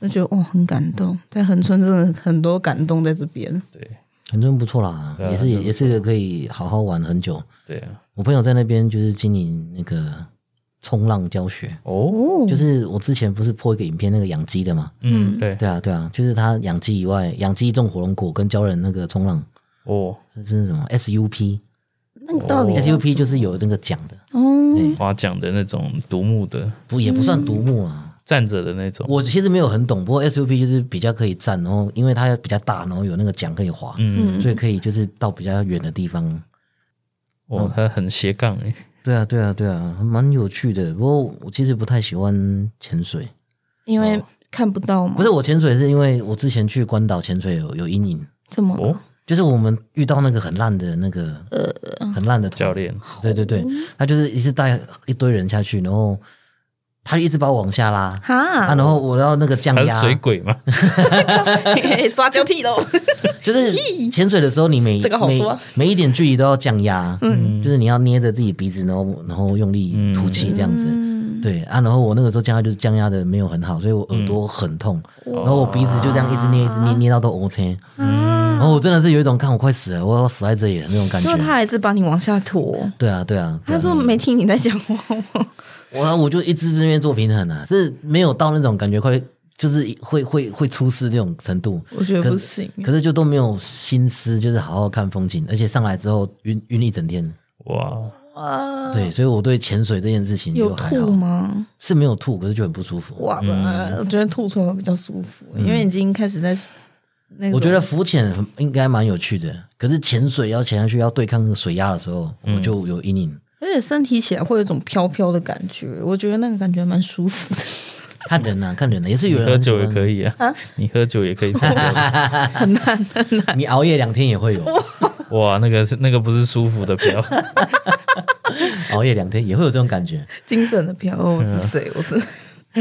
S2: 就觉得哇、很感动，在恒春真的很多感动在这边。
S1: 很多人不错啦，
S3: 对啊
S1: 也是也是可以好好玩很久。
S3: 对啊，
S1: 我朋友在那边就是经营那个冲浪教学，
S3: 哦，
S2: 哦，
S1: 就是我之前不是播一个影片那个养鸡的嘛，
S3: 嗯，对，
S1: 对啊对啊，就是他养鸡以外，养鸡种火龙果跟教人那个冲浪，
S3: 哦，
S1: 这是什么 SUP？SUP
S2: 那个道理
S3: 哦
S1: 就是有那个奖的，嗯
S2: 哦，
S3: 花奖的那种独木的，
S1: 不也不算独木啊。
S3: 站着的那种，
S1: 我其实没有很懂，不过 SUP 就是比较可以站，然后因为它比较大，然后有那个桨可以划，
S3: 嗯，
S1: 所以可以就是到比较远的地方。
S3: 哇，它哦很斜杠欸诶，
S1: 对啊，对啊，对啊，蛮有趣的。不过我其实不太喜欢潜水，
S2: 因为看不到嘛，
S1: 哦不是我潜水是因为我之前去关岛潜水有有阴影，
S2: 怎么了
S3: 哦，
S1: 就是我们遇到那个很烂的那个呃很烂的团
S3: 教，练，
S1: 对对对，他就是一直带一堆人下去，然后他就一直把我往下拉，啊，
S2: 哈，
S1: 然后我要那个降
S3: 他是
S1: 压，
S3: 水鬼嘛，
S2: [LAUGHS] 嘿嘿抓交替喽。
S1: 就是潜水的时候，你每
S2: 这个好
S1: 每
S2: 说啊
S1: 每一点距离都要降压，嗯，就是你要捏着自己鼻子，然后然后用力吐气这样子，
S2: 嗯
S1: 对啊。然后我那个时候降压就是降压的没有很好，所以我耳朵很痛，
S2: 嗯
S1: 然后我鼻子就这样一直捏，一直捏，捏到都 O C，然后我真的是有一种看我快死了，我要死在这里了那种感
S2: 嗯就
S1: 觉
S2: 是。他还是把你往下拖，
S1: 对啊，对啊，对
S2: 他
S1: 啊
S2: 就没听你在讲话吗？
S1: 我我就一直这边做平衡啊，是没有到那种感觉快就是会会会出事那种程度，
S2: 我觉得
S1: 可
S2: 不行。
S1: 可是就都没有心思，就是好好看风景，而且上来之后晕晕一整天。
S3: 哇，
S2: 哇，
S1: 对，所以我对潜水这件事情就
S2: 嗯有
S1: 还
S2: 吐
S1: 好，
S2: 吗？
S1: 是没有吐，可是就很不舒服。
S2: 哇，
S1: 嗯
S2: 我觉得吐出来会比较舒服，因为已经开始在那种
S1: 我觉得浮潜很应该蛮有趣的，可是潜水要潜下去要对抗那个水压的时候，我就有阴影。
S2: 而且身体起来会有一种飘飘的感觉，我觉得那个感觉蛮舒服的，
S1: [LAUGHS] 看人啊，看人啊，也是有
S3: 你喝
S1: 人
S3: 酒也可
S1: 以，
S3: 以啊，你喝酒也可以泡泡 [LAUGHS] 的，
S1: [LAUGHS] 你熬夜两天也会有，
S3: 哇，那个是那个不是舒服的 [LAUGHS] 飘，
S1: 熬夜两天也会有这种感觉。
S2: 精神的
S1: 嗯
S2: 飘。哦我是谁？
S1: [LAUGHS]
S2: 我是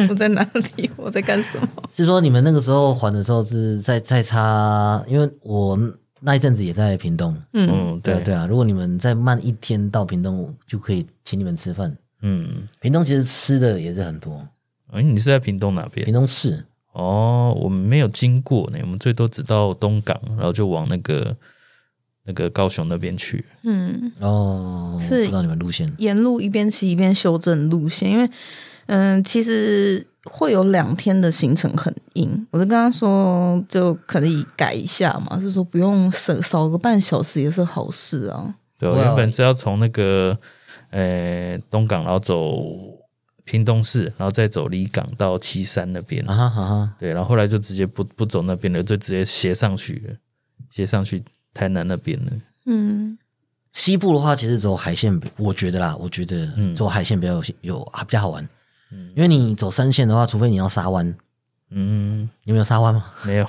S2: 我在哪里？我在干什么？
S1: 是说你们那个时候还的时候是在在差，因为我那一阵子也在屏东。
S3: 嗯，
S1: 对啊，
S3: 对，
S1: 对啊，如果你们再慢一天到屏东，就可以请你们吃饭。
S3: 嗯，
S1: 屏东其实吃的也是很多，
S3: 哎，你是在屏东哪边
S1: 屏？东市
S3: 哦，我们没有经过呢，我们最多只到东港，然后就往那个那个高雄那边去。
S2: 嗯，
S1: 哦，
S2: 是
S1: 我知道你们路线，
S2: 沿路一边骑一边修正路线，因为嗯，其实会有两天的行程很硬，我就跟他说就可以改一下嘛，就说不用省少个半小时也是好事啊。
S3: 对，我
S1: 哇哦
S3: 原本是要从那个呃东港，然后走屏东市，然后再走离港到七山那边。
S1: 啊哈哈哈，
S3: 对，然后后来就直接不不走那边了，就直接斜上去了，斜上去台南那边了。
S2: 嗯，
S1: 西部的话其实走海线，我觉得啦，我觉得
S3: 嗯
S1: 走海线比较有有啊比较好玩，
S3: 嗯
S1: 因为你走山线的话，除非你要沙湾，
S3: 嗯，
S1: 你们有沙湾吗？[LAUGHS]
S3: 没有，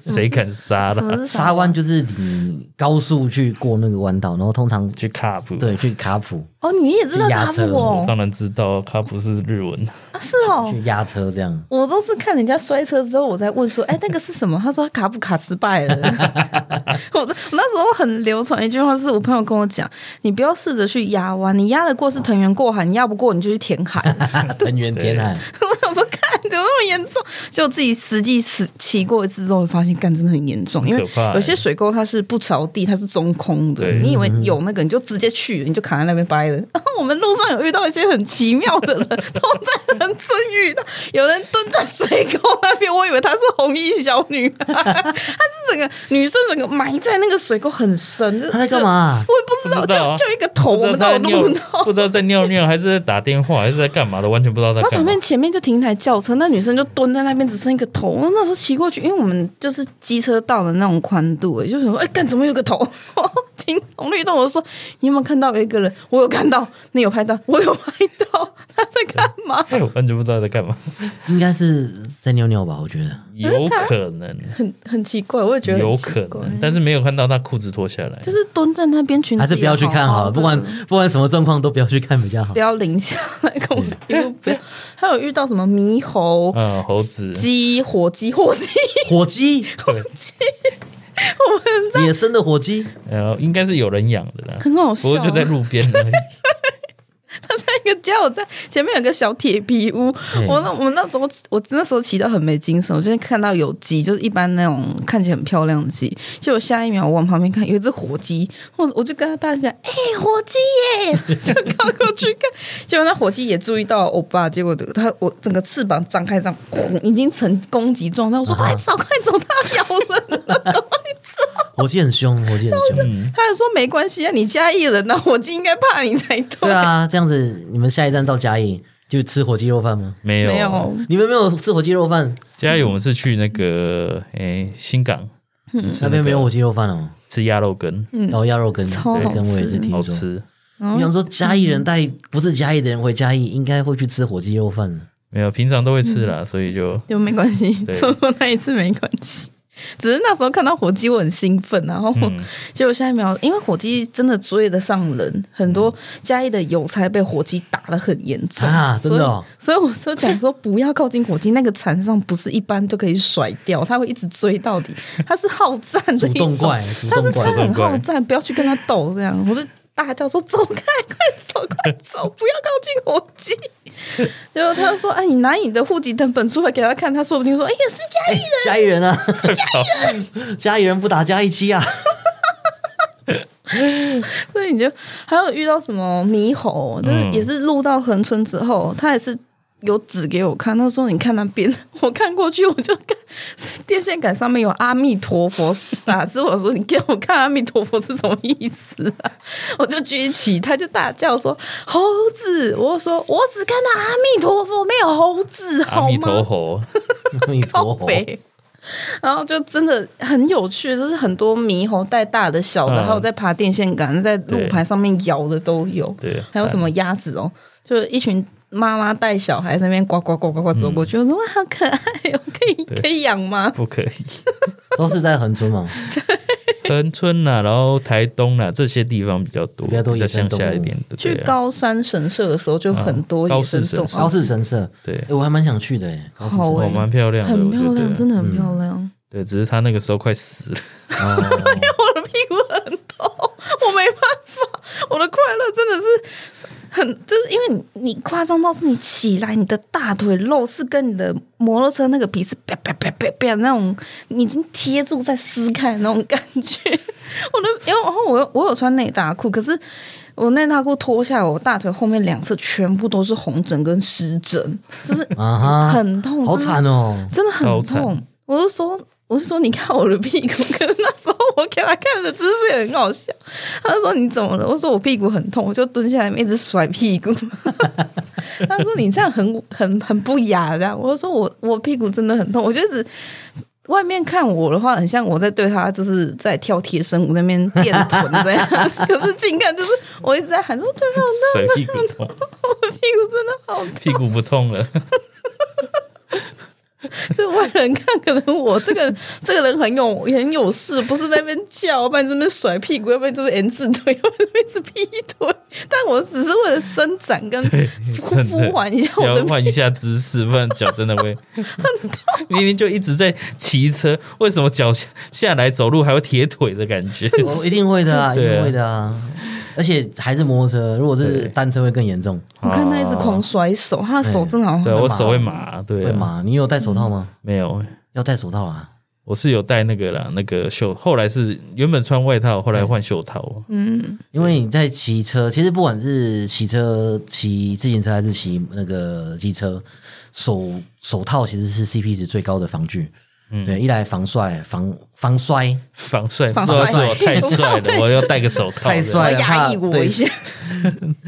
S3: 谁敢杀
S2: 什么
S3: 啦？
S2: 是
S1: 沙湾就是你高速去过那个弯道，然后通常
S3: 去卡普，
S1: 对，去卡普
S2: 哦，你也知道
S1: 压
S2: 他
S1: 车
S2: 不
S3: 我
S2: 哦
S3: 当然知道卡普是日文，
S2: 啊，是哦。
S1: 去压车这 [LAUGHS] 样。
S2: 我都是看人家摔车之后，我才问说：“哎、那个是什么？” [LAUGHS] 他说：“他卡不卡失败了。 [LAUGHS] 我”我那时候很流传一句话，是我朋友跟我讲：“你不要试着去压弯，你压得过是藤原过海，你压不过你就去填海。
S1: 啊藤原填海，
S2: [LAUGHS] 我想说，看有那么严重？就自己实际实骑过一次之后，发现干真的很严重，因为
S3: 可怕欸
S2: 有些水沟它是不着地，它是中空的。
S3: 对
S2: 你以为有那个，你就直接去了，你就卡在那边掰了。 [LAUGHS] 然后我们路上有遇到一些很奇妙的人，都在农村遇到，有人蹲在水沟那边，我以为她是红衣小女孩， [LAUGHS] 她是整个女生整个埋在那个水沟很深，就
S1: 他在干
S2: 就
S1: 嘛、
S2: 我也不知道，
S3: 不知道啊
S2: 就就一个头，我
S3: 不
S2: 们
S3: 知
S2: 都
S3: 道
S2: 有
S3: 在尿
S2: 录到，。
S3: 不知道在尿尿，还是在打电话，还是在干嘛的，完全不知道在
S2: 他
S3: 干
S2: 旁
S3: 嘛
S2: 边。前面就停一台轿车，那女生就蹲在那边，只剩一个头。我那时候骑过去，因为我们就是机车道的那种宽度，哎，就想说，哎、干怎么有个头？ [LAUGHS] 停红绿灯，我就说你有没有看到有一个人？我有看到，你有拍到？我有拍到，他在干嘛？
S3: 我哎完全不知道在干
S2: [LAUGHS]
S3: 嘛，
S1: 应该是在尿尿吧？我觉得
S3: 有可能，
S2: 很很奇怪，我也觉得很
S3: 有
S2: 奇
S3: 可
S2: 怪
S3: 能，但是没有看到他裤子脱下来，
S2: 就是蹲在那边裙子
S1: 还是不要去看好了，
S2: 也
S1: 不管
S2: 的
S1: 不管什么状况都不要去看比较好
S2: 不。要淋下来，跟我一路不要。还有遇到什么猕猴、
S3: 嗯，猴子，
S2: 鸡、火鸡、火鸡，
S1: 火鸡，野生的火鸡，
S3: 然后应该是有人养的啦，
S2: 很好笑
S3: 不
S2: 啊、
S3: 过就在路边而
S2: [LAUGHS]
S3: 已。
S2: 那个家我在前面有个小铁皮屋，我那我那时候我那时候骑到很没精神，我今天看到有鸡，就是一般那种看起来很漂亮的鸡，就下一秒我往旁边看有一只火鸡，我我就跟他大声讲：“哎、火鸡耶！” [LAUGHS] 就靠过去看，结果那火鸡也注意到欧巴，结果他我整个翅膀张开这样，轰已经成攻击状态，我说：“
S1: 啊
S2: 快走，快走，它咬人了！”赶快
S1: 火鸡很凶，火鸡很凶。
S3: 嗯，
S2: 他还说：“没关系啊，你家一人啊，火鸡应该怕你才
S1: 对啊，这样子你们下一站到嘉义就吃火鸡肉饭吗？
S3: 没
S2: 没
S3: 有，啊
S2: 有，
S1: 你们没有吃火鸡肉饭，
S3: 嘉义我们是去那个诶新港，
S2: 嗯
S1: 那边没有火鸡肉饭哦，
S3: 吃鸭肉羹，
S1: 然后鸭肉羹，
S2: 超
S1: 对
S2: 好
S1: 跟我也是
S2: 吃嗯
S1: 听
S3: 好
S1: 说。
S3: 吃。
S1: 我想说嘉义人带不是嘉义的人回嘉义，应该会去吃火鸡肉
S2: [LAUGHS]
S1: 饭。
S3: 没有，平常都会
S2: 嗯
S3: 吃啦，所以就
S2: 就没关系，
S3: 对
S2: [LAUGHS] 错过那一次没关系。只是那时候看到火鸡，我很兴奋，然后我、
S3: 嗯
S2: [LAUGHS] 结果下一秒，因为火鸡真的追得上人，很
S1: 嗯
S2: 多嘉义的邮差被火鸡打得很严重
S1: 啊真的哦
S2: 所以，所以我就讲说不要靠近火鸡，那个缠上不是一般就可以甩掉，它会一直追到底，它是好战的
S1: 主
S2: 一
S1: 动
S2: 种，
S1: 怪，主
S2: 它
S1: 动
S2: 是真
S1: 怪
S2: 的，很
S3: 主动怪
S2: 好战，不要去跟它斗这样。我是大叫说走开，快走，快走，不要靠近火鸡。结果他就说：“哎，你拿你的户籍本本出来给他看，他说不定说，哎呀，是嘉义人。
S1: 嘉义人啊， [LAUGHS] 嘉义人不打嘉义鸡
S2: [LAUGHS]
S1: 啊，
S2: 所以你就还有遇到什么猕猴，就是也是录到横村之后，他也是有指给我看，他说你看那边， [LAUGHS] 我看过去我就看电线杆上面有阿弥陀佛打字，我说你给我看阿弥陀佛是什么意思啊？ [LAUGHS] 我就举起，他就大叫说猴子，我就说我只看到阿弥陀佛，没有猴子，
S3: 阿
S2: 好
S3: 弥
S2: 吗？
S3: 陀佛，
S1: 你
S2: [LAUGHS] 靠
S1: 陀
S3: 哦
S1: 佛。
S2: 北。然后就真的很有趣，就是很多猕猴带大的、小的，
S3: 嗯
S2: 还有在爬电线杆、在路牌上面摇的都有。
S3: 对，
S2: 还有什么鸭子哦，就是一群妈妈带小孩在那边呱呱呱呱呱走过去，我说哇，好可爱哦，可以
S3: 嗯对
S2: 可以养吗？
S3: 不可以？
S1: 都是在恒春
S2: [LAUGHS]
S1: 嘛， [LAUGHS]
S3: 恒春啦，然后台东啦，这些地方比较多，
S1: 比较多野生
S3: 乡
S1: 动物
S3: 下一点的。
S2: 去
S3: 对啊
S2: 高山神社的时候，就很多
S3: 嗯
S2: 野生动
S3: 高士
S1: 高
S2: 物，哦
S1: 士神社，
S3: 对
S1: 哎，，我还蛮想去的哎，高士
S2: 好
S1: 神
S3: 哦，
S1: 社
S3: 蛮漂亮的，
S2: 很
S3: 我觉
S2: 漂亮，
S3: 得。嗯
S2: 真的很漂亮。
S3: 对，只是他那个时候快死
S2: [LAUGHS]
S3: 了，
S1: 哦
S2: 我的屁股很痛，我没办法，我的快乐真的是很，就是因为你你夸张到是你起来，你的大腿肉是跟你的摩托车那个皮是啪啪啪啪啪那种，你已经贴住在撕开的那种感觉。我的，因为然后我有我有穿内搭裤，可是。我我内搭裤脱下来，我大腿后面两侧全部都是红疹跟湿疹，就是
S1: 啊哈，
S2: 很痛，
S1: 好
S2: 真的
S1: 惨
S2: [LAUGHS]
S1: 哦。
S2: 真的很
S3: 超
S2: 痛
S3: 惨。
S2: 我就说，我就说，你看我的屁股。可是那时候我给他看的姿势也很好笑。他就说你怎么了？我说我屁股很痛，我就蹲下来一直甩屁股。 [LAUGHS] 他说你这样很很很不雅这样。我就说我我屁股真的很痛，我就一直。外面看我的话，很像我在对他就是在跳贴身舞那边垫臀这样， [LAUGHS] 可是近看就是我一直在喊说对方
S3: 甩屁股痛，
S2: [LAUGHS] 我屁股真的好痛。
S3: 屁股不
S2: [LAUGHS]
S3: 痛了，
S2: 这外人看，可能我这个 [LAUGHS] 这个人很有很有事，不是在那边叫，要不然在那边甩屁股，要不然就是 N 字腿，要不然就是劈腿。但我只是为了伸展跟舒
S3: 真的
S2: 舒缓一下我
S3: 要
S2: 的屁，
S3: 换一下姿势，不然脚真的会明明就一直在骑车，为什么脚下下来走路还会铁腿的感觉？
S1: 我一定会的啊，一
S3: [LAUGHS] 对啊
S1: 定会的啊。而且还是摩托车，如果是
S3: 对
S1: 单车会更严重，
S2: [LAUGHS] 我看他一直狂甩手，他的手真的好
S3: 对
S2: 像
S3: 啊我手会麻，对啊
S1: 会麻。你有戴手套吗？
S3: 没有，
S1: 要戴手套啦。
S3: 我是有戴那个啦，那个袖，后来是原本穿外套，后来换袖套。
S2: 嗯，
S1: 因为你在骑车，其实不管是骑车、骑自行车还是骑那个机车，手手套其实是 CP 值最高的防具。
S2: 嗯
S1: 对，一来防摔、防防摔，
S3: 防帅，
S2: [LAUGHS] 防
S3: 不知道是
S1: 摔
S3: 我太帅了，我要戴个手套。
S1: 太帅
S2: 我
S1: 了
S2: 压抑我一下，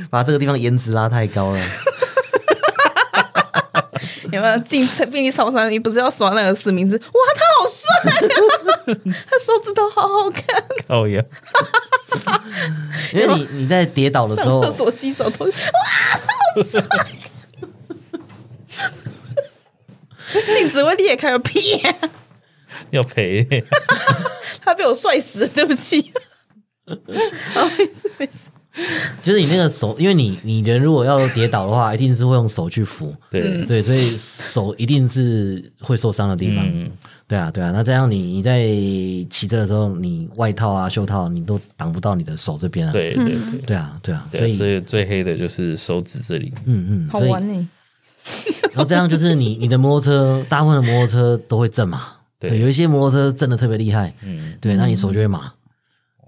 S1: 把这个地方颜值拉太高了。
S2: [LAUGHS] 有没有进便利超商？你不是要刷那个实名制？哇，他好帅啊！ [LAUGHS] 他手指头好好看，
S3: 哦耶，
S1: 因为你你在跌倒的时
S2: 上
S1: 候
S2: 厕，所洗手都哇，好帅！ [LAUGHS] 镜子会裂开，屁！
S3: 要赔。
S2: 他被我帅死了，对不起。啊，没事没事，
S1: 就是你那个手，因为你你人如果要跌倒的
S2: [LAUGHS]
S1: 话，一定是会用手去扶。
S2: 嗯
S3: 对，
S1: 对，所以手一定是会受伤的地方。
S3: 嗯，
S1: 对啊，对啊。那这样你你在骑车的时候，你外套啊、袖套你都挡不到你的手这边啊。
S3: 对对
S2: 嗯
S3: 对
S1: 对啊，对啊。所
S3: 对，
S1: 以
S3: 所以最黑的就是手指这里。
S1: 嗯嗯，所以
S2: 呢。
S1: 然后这样就是你你的摩托车，大部分的摩托车都会震嘛。
S3: 对
S1: 有一些摩托车震的特别厉害，
S3: 嗯，
S1: 对，那你手就会麻。
S2: 嗯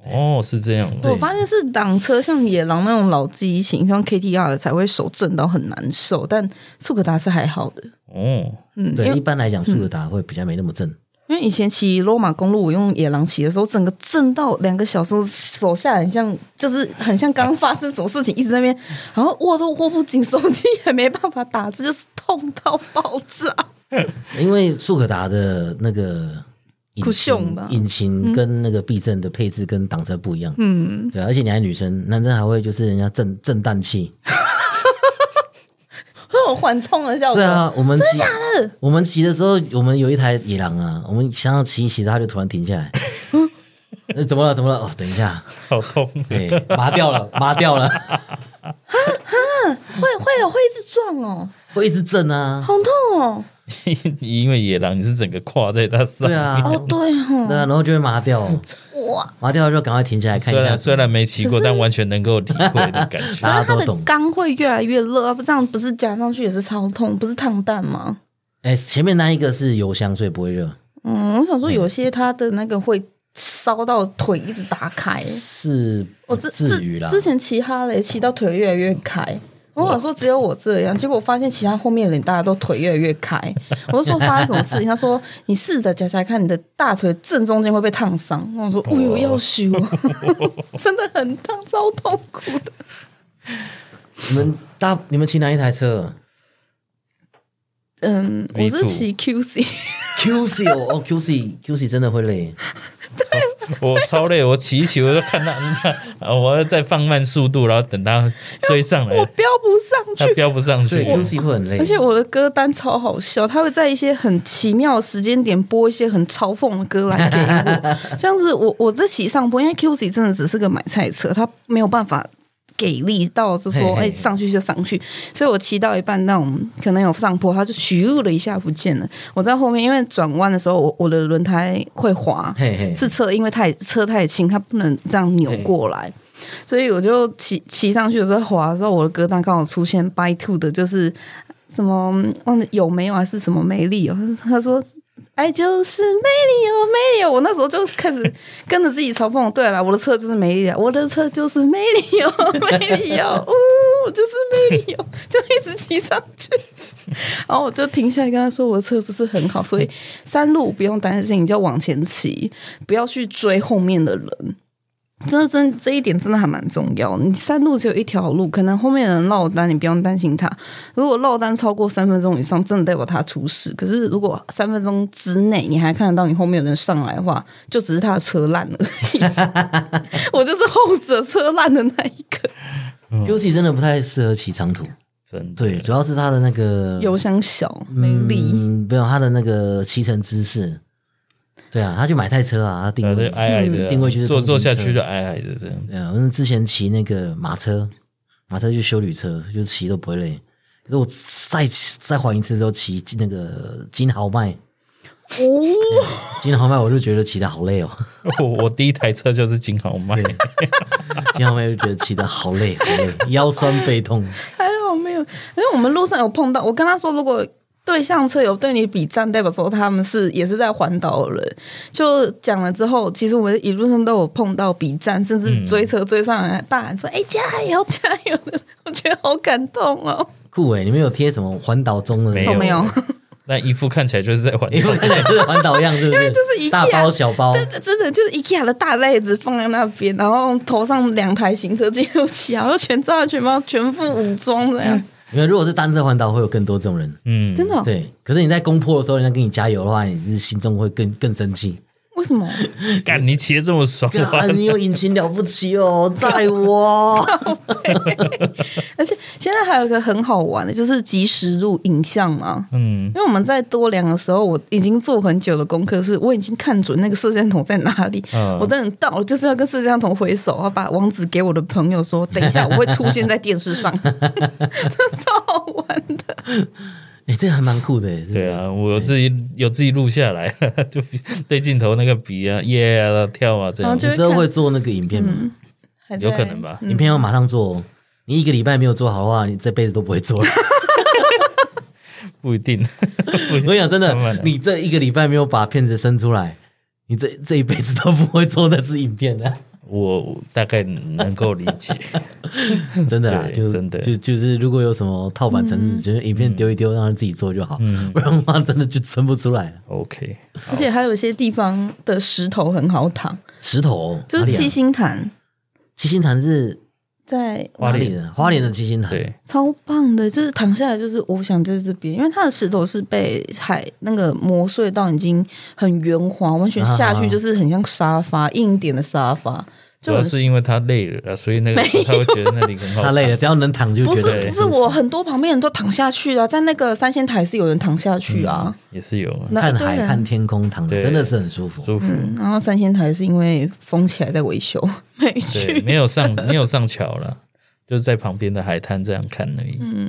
S3: 哦，是这样。
S2: 我发现是挡车，像野狼那种老机型，像 KTR 的才会手震到很难受，但速可达是还好的。
S3: 哦，
S2: 嗯，因
S1: 对，一
S2: 为
S1: 般来讲速度打会比较没那么震。
S2: 因为以前骑罗马公路，我用野狼骑的时候，整个震到两个小时，我手下很像，就是很像刚发生什么事情，一直在那边，然后握都握不紧，手机也没办法打字，就是痛到爆炸。
S1: 因为速可达的那个
S2: 酷
S1: 引
S2: 炫
S1: 擎
S2: 吧，嗯
S1: 引擎跟那个避震的配置跟挡车不一样，嗯，对啊，而且你还女生，男生还会就是人家震震荡器，
S2: 会有缓冲哦的效果。
S1: 对啊，我们骑我们骑的时候，我们有一台野狼啊，我们想要骑一骑，它就突然停下
S2: [LAUGHS]
S1: 来，呃怎么了？怎么了？哦，等一下，
S3: 好痛。
S1: 对，麻掉了，麻掉了，
S2: [LAUGHS]
S1: [LAUGHS]
S2: 会会有会一直撞哦，
S1: 会一直震啊，
S2: 好痛哦。
S3: 因为野狼，你是整个跨在他
S1: 对
S3: 上面。
S1: 啊，
S2: 哦，对
S1: 对啊，
S2: 哦，
S1: 然后就会麻
S2: [LAUGHS]
S1: 掉，
S2: 哇！
S1: 麻掉了就赶快停下来看
S3: 虽
S1: 一下
S2: 啊
S3: 然，虽然没骑过，但完全能够体会的感
S2: [LAUGHS]
S3: 觉。
S1: 大
S2: 那
S1: 家
S2: 它
S1: 都
S2: 的
S1: 懂。
S2: 缸会越来越热，不这样不是夹上去也是超痛，不是烫蛋吗？
S1: 哎，前面那一个是油箱，所以不会热。
S2: 嗯，我想说有些它的那个会烧到腿一直打开，
S1: 是
S2: 我
S1: 不
S2: 之
S1: 至于
S2: 之
S1: 啦。
S2: 哦之前骑哈雷骑到腿越来越开。我想说只有我这样，结果我发现其他后面的人大家都腿越来越开。我就说发生什么事
S3: [LAUGHS]
S2: 情？他说你试着夹夹看，你的大腿正中间会被烫伤。我想
S3: 哦
S2: 说，哎呦，要修， [LAUGHS] 真的很烫，超痛苦的。
S1: 你们大你们骑哪一台车
S2: 嗯，我
S3: Me
S2: 是
S3: too
S2: 骑 QC，
S1: ？QC 哦哦，QC QC 真的会累，
S3: 我超累，我骑一骑，我就看到他，嗯我要再放慢速度，然后等他追上
S2: 我
S3: 来，
S2: 飙不上
S3: 他
S2: 去，
S3: 飙不上去
S1: 对。QC 会很累。
S2: 而且我的歌单超好笑，他会在一些很奇妙的时间点播一些很嘲讽的歌来给
S1: [LAUGHS]
S2: 我。这样子我，我在骑上坡，因为 QZ 真的只是个买菜车，他没有办法。给力到就
S1: 嘿
S2: 说，
S1: 嘿
S2: 哎、上去就上去。所以我骑到一半，那种可能有上坡，它就咻了一下不见了。我在后面，因为转弯的时候，我我的轮胎会滑，
S1: 嘿嘿，
S2: 是车因为太车太轻，它不能这样扭过来，所以我就骑骑上去的时候滑的时候，我的歌单刚好出现啊 By Two 的，就是什么忘记有没有还是什么美丽哦，他说。爱就是哦没理由，没理由。我那时候就开始跟着自己嘲讽，对了，我的车就是没理由，我的车就是哦没理由，没理由，哦 [LAUGHS] 呜，我就是没理由，就一直骑上去。然后我哦就停下来跟他说，我的车不是很好，所以山路不用担心，你就要往前骑，不要去追后面的人。真的真这一点真的还蛮重要。你山路只有一条路，可能后面的人落单，你不用担心他。如果落单超过三分钟以上，真的代表他出事。可是如果三分钟之内你还看得到你后面的人上来的话，就只是他的车烂了。我就是后者车烂的那一个，
S1: Gucci 真的不太适合骑长途，
S3: 真的
S1: 对，主要是他的那个
S2: 油箱小没力。
S1: 嗯，没有他的那个骑乘姿势。对啊，他去买台车啊，他定
S3: 啊，
S1: 位
S3: 就矮矮的啊，
S1: 定位就是
S3: 坐坐
S1: 通勤
S3: 下
S1: 车
S3: 去就矮矮的这样子。
S1: 对啊，我们之前骑那个马车，马车就修旅车，就骑都不会累。如果再骑再环一次之后骑那个金豪迈，
S2: 哦，
S1: 金豪迈我就觉得骑的好累哦，
S3: [LAUGHS] 我我第一台车就是金豪迈，
S1: 金豪迈就觉得骑的好累，好累，腰酸背痛。
S2: 还好没有，因为我们路上有碰到，我跟他说，如果对向车有对你比赞，代表说他们是也是在环岛的人。就讲了之后，其实我们一路上都有碰到比赞，甚至追车追上来大喊说：“哎、加油，加油！”的，我觉得好感动哦。
S1: 酷欸诶，你们有贴什么环岛中的那
S3: 没
S1: 种？
S3: 有哦
S2: 都没有，
S3: 那一副看起来就是在玩
S1: 你们看起来就是环岛样，是不是？因为
S2: 就是一
S1: 大
S2: 样
S1: 包小包，
S2: 真的真的就是 IKEA 的大袋子放在那边，然后头上两台行车记录器啊，然后全罩全包全副武装这样，
S1: 因为如果是单车环岛，会有更多这种人。
S3: 嗯，
S2: 真的哦、
S1: 对，可是你在攻破的时候，人家给你加油的话，你是心中会更更生气。
S2: 为什么？
S3: 干你骑的这么爽，
S1: 啊，你有引擎了不起哦，载
S2: [LAUGHS]
S1: 我！
S2: 而且现在还有一个很好玩的，就是即时录影像嘛。
S3: 嗯，
S2: 因为我们在多良的时候，我已经做很久的功课，是我已经看准那个摄像头在哪里。
S3: 嗯
S2: 我等到了就是要跟摄像头挥手，要把网址给我的朋友说，等一下我会出现在电视
S3: [LAUGHS]
S2: 上，真的超好玩的。
S1: 哎、这个还蛮酷的耶，
S3: 对啊，我有自己有自己录下来，就比对镜头那个比啊，耶啊，跳啊这
S2: 然
S3: 样
S2: 后
S1: 是
S2: 就
S1: 不是。你之后会做那个影片吗？
S2: 嗯还在
S3: 有可能吧？
S2: 嗯
S1: 影片要马上做、哦，你一个礼拜没有做好的话，你这辈子都不会做了。
S3: 不一定， [LAUGHS]
S1: 我跟你讲，真的
S3: 慢慢来，
S1: 你这一个礼拜没有把片子生出来，你这这一辈子都不会做那支影片的、
S3: 我大概能够理解。
S1: 真的啦，
S3: 对
S1: 就
S3: 真的
S1: 就就是如果有什么套版程式，
S2: 嗯
S1: 就是影片丢一丢，让他自己做就好，
S3: 嗯
S1: 不然的话真的就生不出来了。
S3: OK，
S2: 而且还有一些地方的石头很好躺，
S1: 石头哦
S2: 就是
S1: 哪里
S2: 七
S1: 啊
S2: 星潭，
S1: 七星潭是
S2: 在
S1: 花
S3: 花莲
S1: 莲的，花莲的七星潭，
S2: [LAUGHS]
S3: 对，
S2: 超棒的，就是躺下来就是我想就是这边，因为它的石头是被海那个磨碎到已经很圆滑，完全下去就是很像沙发硬一点的沙发，
S3: 主
S2: 就
S3: 要
S2: 很
S3: 是因为他累了啊，所以那个他会觉得那里很好。
S1: 他累了，只要能躺就
S2: 不
S1: 觉
S2: 是
S1: 得
S2: 不是我很多旁边人都躺下去啊，在那个三仙台是有人躺下去啊，
S3: 也是有啊
S2: 那
S1: 看
S2: 一堆
S1: 海看
S2: 人。
S1: 天空躺着
S3: 对
S1: 真的是很舒服。
S3: 舒服，
S2: 嗯然后三仙台是因为封起来在维修，没
S3: 对，啊
S2: 去。
S3: 没有上没有上桥了，就是在旁边的海滩这样看而已。
S2: 嗯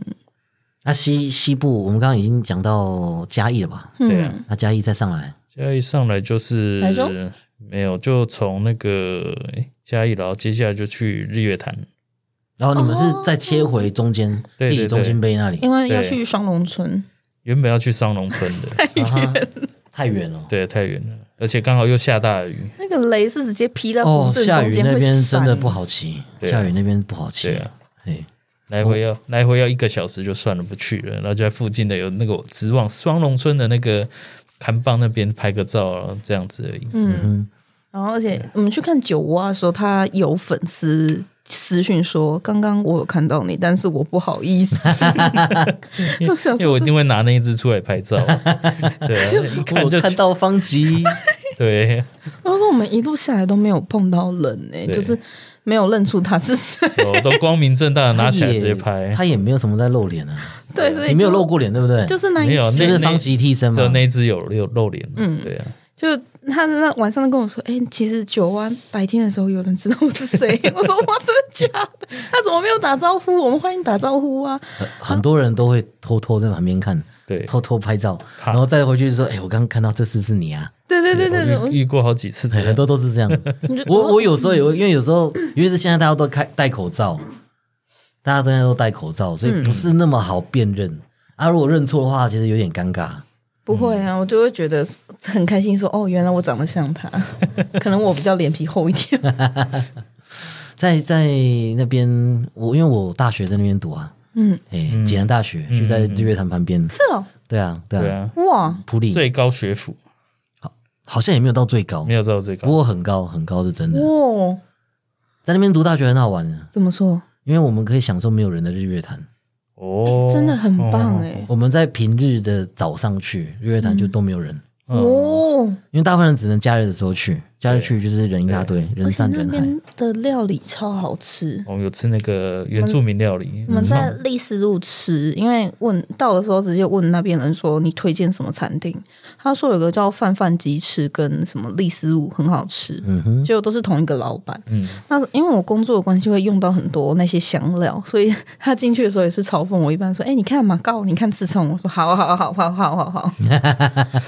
S1: 那西西部我们刚刚已经讲到嘉义了吧？
S2: 嗯
S3: 对啊，
S1: 那嘉义再上来，
S3: 嘉义上来就是
S2: 台中
S3: 没有，就从那个诶嘉义，然后接下来就去日月潭，
S1: 然后你们
S2: 哦
S1: 是再切回中间
S3: 对
S1: 地
S3: 对
S1: 理中心碑那里，
S2: 因为要
S3: 对
S2: 去双龙村，
S3: 原本要去商农村的，
S1: 啊哈太远了。
S3: 对，太远了，而且刚好又下大雨，
S2: 那个雷是直接劈到
S1: 哦
S2: 脖，子
S1: 下
S2: 中
S1: 雨
S2: 间
S1: 那
S2: 会
S1: 边真
S2: 闪
S1: 的不好骑，
S3: 对啊
S1: 下雨那边不好骑。
S3: 对啊，
S1: 嘿
S3: 来回要、来回要一个小时就算了，不去了，然后就在附近的有那个直往双龙村的那个看棒那边拍个照，啊这样子而已。
S2: 然后，而且我们去看九蛙的时候，他有粉丝私讯说：“刚刚我有看到你，但是我不好意思。
S3: 因为
S2: 我想说
S3: 因为我一定会拿那一只出来拍照，啊对、啊，一看
S1: 我
S3: 就
S1: 看到方
S3: [LAUGHS]
S1: 吉，
S3: 对，”
S2: 然后说我们一路下来都没有碰到人呢、
S3: 对
S2: 就是没有认出他是谁。
S3: 我都光明正大的拿起来
S1: 他
S3: 直
S1: 也
S3: 接拍，
S1: 他也没有什么在露脸啊。
S2: 对，所以
S1: 你没有露
S2: 过，
S1: 过脸对不对？
S2: 就是那一
S3: 没有
S1: 就
S3: 那
S1: 是
S3: 那
S1: 方吉替身
S3: 只有
S1: 嘛。
S3: 那一只有有露脸，嗯，对啊，
S2: 就他那晚上跟我说：“哎、其实九蛙白天的时候有人知道我是谁。”我说：“哇，真的假的？他怎么没有打招呼？我们欢迎打招呼啊！”
S1: 很很多人都会偷偷在旁边看，
S3: 对，
S1: 偷偷拍照，
S3: 怕
S1: 然后再回去说：“哎，我刚刚看到这是不是你啊？”
S2: 对对对对对，
S3: 我
S2: 我
S3: 哦遇遇过好几次这
S1: 很
S3: 样，
S1: 多都是这样。
S2: 你就 [LAUGHS] 哦
S1: 我我有时候也会，因为有时候，尤其是现在大家都开戴口罩，大家都现在都戴口罩，所以不是那么好辨认。啊，如果认错的话，其实有点尴尬。
S2: 不会啊，我就会觉得很开心说哦，原来我长得像他，可能我比较脸皮厚一点。
S1: 在在那边，我因为我大学在那边读啊，
S2: 嗯，
S1: 哎、济南大学就在日月潭旁边。
S2: 是哦，
S1: 对啊，对
S3: 嗯对
S1: 啊，
S3: 啊，
S2: 哇，
S1: 普里
S3: 最高学府
S1: 好像也没有到最高
S3: 没，有到最
S1: 哦不
S3: 高，
S1: 过很高很高是真的。
S2: 哇，
S1: 在那边读大学很好玩的，
S2: 怎么说？
S1: 因为我们可以享受没有人的日月潭。
S3: 哦，
S2: 真的很棒
S3: 哦
S2: 哎、
S1: 我们在平日的早上去日月潭就都没有人，
S2: 哦，
S1: 因为大部分人只能假日的时候去，假日去就是人一大堆，
S2: 而
S1: 人
S2: 且
S1: 山
S2: 那
S1: 人海。
S2: 边的料理超好吃。
S3: 我们哦有吃那个原住民料理，
S2: 我们在丽思路吃，因为问到的时候直接问那边人说你推荐什么餐厅，他说有个叫范范鸡翅跟什么丽思路很好吃，
S1: 嗯哼，
S2: 结果都是同一个老板。
S3: 嗯，
S2: 那因为我工作的关系会用到很多那些香料， [LAUGHS] 所以他进去的时候也是嘲讽我，一般说：“哎、你看马告，你看自从我说好啊好好好好好好。”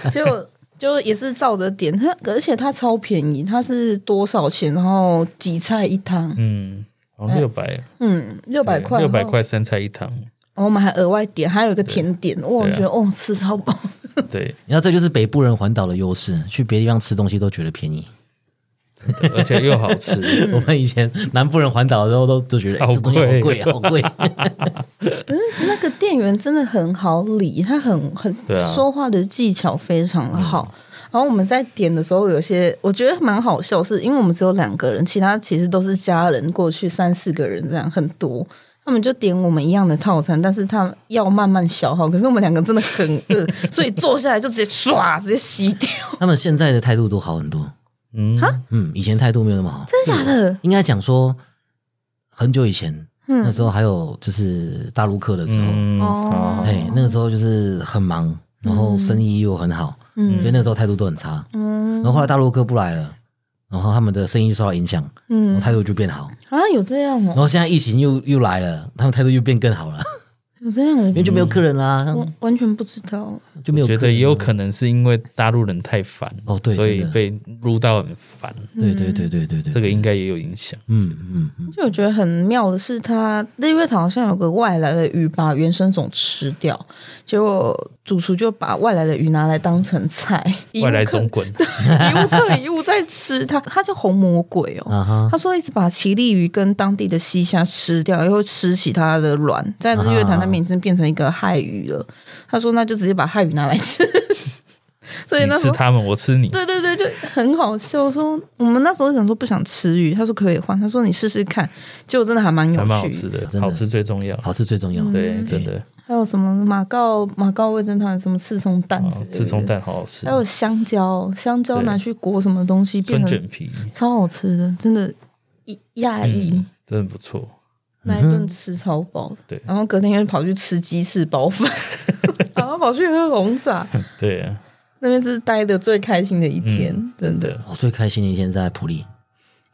S2: 结果 [LAUGHS] 就也是照着点，他而且他超便宜，他是多少钱？然后几菜一汤，
S3: 嗯，好
S1: 哦
S3: 像六百
S2: 嗯，六百块，
S3: 六百块三菜一汤，
S2: 然后哦我们还额外点，还有一个甜点，哇，我
S3: 对啊
S2: 觉得哦，吃超饱。
S3: 对， [LAUGHS]
S1: 然后这就是北部人环岛的优势，去别的地方吃东西都觉得便宜。
S3: 而且又好
S1: [LAUGHS]
S3: 吃，
S1: 我们以前南部人环岛的时候都都觉得、哎
S3: 好
S1: 这东西嗯好贵，好 [LAUGHS] 贵。
S2: 那个店员真的很好理，他很很
S3: 对啊
S2: 说话的技巧非常的好。然后我们在点的时候，有些我觉得蛮好笑，是因为我们只有两个人，其他其实都是家人过去三四个人这样很多。他们就点我们一样的套餐，但是他要慢慢消耗。可是我们两个真的很饿，所以坐下来就直接唰直接吸掉。
S1: 他们现在的态度都好很多，
S3: 嗯，
S1: 嗯，以前态度没有那么好。
S2: 真的假的？
S1: 应该讲说，很久以前，
S2: 嗯
S1: 那时候还有就是大陆客的时候，
S3: 嗯，
S2: 哦
S1: 哎、那个时候就是很忙，然后生意又很好，
S2: 嗯
S1: 所以那个时候态度都很差。
S2: 嗯
S1: 然后后来大陆客不来了，然后他们的生意就受到影响，然后
S2: 嗯，
S1: 态度就变好。
S2: 啊，有这样
S1: 然
S2: 哦，
S1: 后现在疫情又又来了，他们态度又变更好了，
S2: 有这样哦
S1: 因为就没有客人啦、
S2: 我完全不知道。
S1: 就没有
S3: 觉
S1: 客
S3: 得
S1: 人。啊
S3: 也有可能是因为大陆人太烦
S1: 哦对
S3: 所以
S1: 真的嗯
S3: 被撸到很烦，
S1: 对对对对对对，
S3: 这个应该也有影响。
S1: 嗯嗯嗯，
S2: 就我觉得很妙的是它，日月潭好像有个外来的鱼把原生种吃掉，结果主厨就把外来的鱼拿来当成菜， [LAUGHS] 一物
S3: 外来
S2: 克
S3: 种
S2: [LAUGHS]
S3: 滚，
S2: 一物克一物在吃它，它叫红魔鬼
S3: [LAUGHS]
S2: 哦。
S1: 啊哈，
S2: 他说一直把奇力鱼跟当地的溪虾吃掉，又吃其他的卵，在日月潭那边已经变成一个害鱼了。他说那就直接把害鱼拿来吃， [LAUGHS] 所以
S3: 你
S2: 那时
S3: 吃
S2: 候
S3: 他们，我吃你，
S2: 对对对，就很好笑。我说我们那时候想说不想吃鱼，他说可以换，他说你试试看，结果真的还蛮有
S3: 还蛮好
S2: 趣
S3: 吃。的，
S1: 真的嗯
S3: 好吃最重要。
S1: 好吃最重要。
S3: 对，真的，
S2: 还有什么马告马告味噌汤，什么刺葱蛋之类
S3: 哦
S2: 的
S3: 刺葱，蛋好好吃
S2: 还，有香蕉，香蕉拿去裹什么东西变
S3: 春
S2: 成
S3: 卷皮
S2: 超好吃的，真的一讶异。
S3: 真的不错。 [LAUGHS]
S2: 那一顿吃超饱的，
S3: 嗯对
S2: 然后隔天又跑去吃鸡翅包饭，然后跑去喝红茶，
S3: 对啊，
S2: 那边是待的最开心的一天，真的。
S1: 我哦最开心的一天是在普利，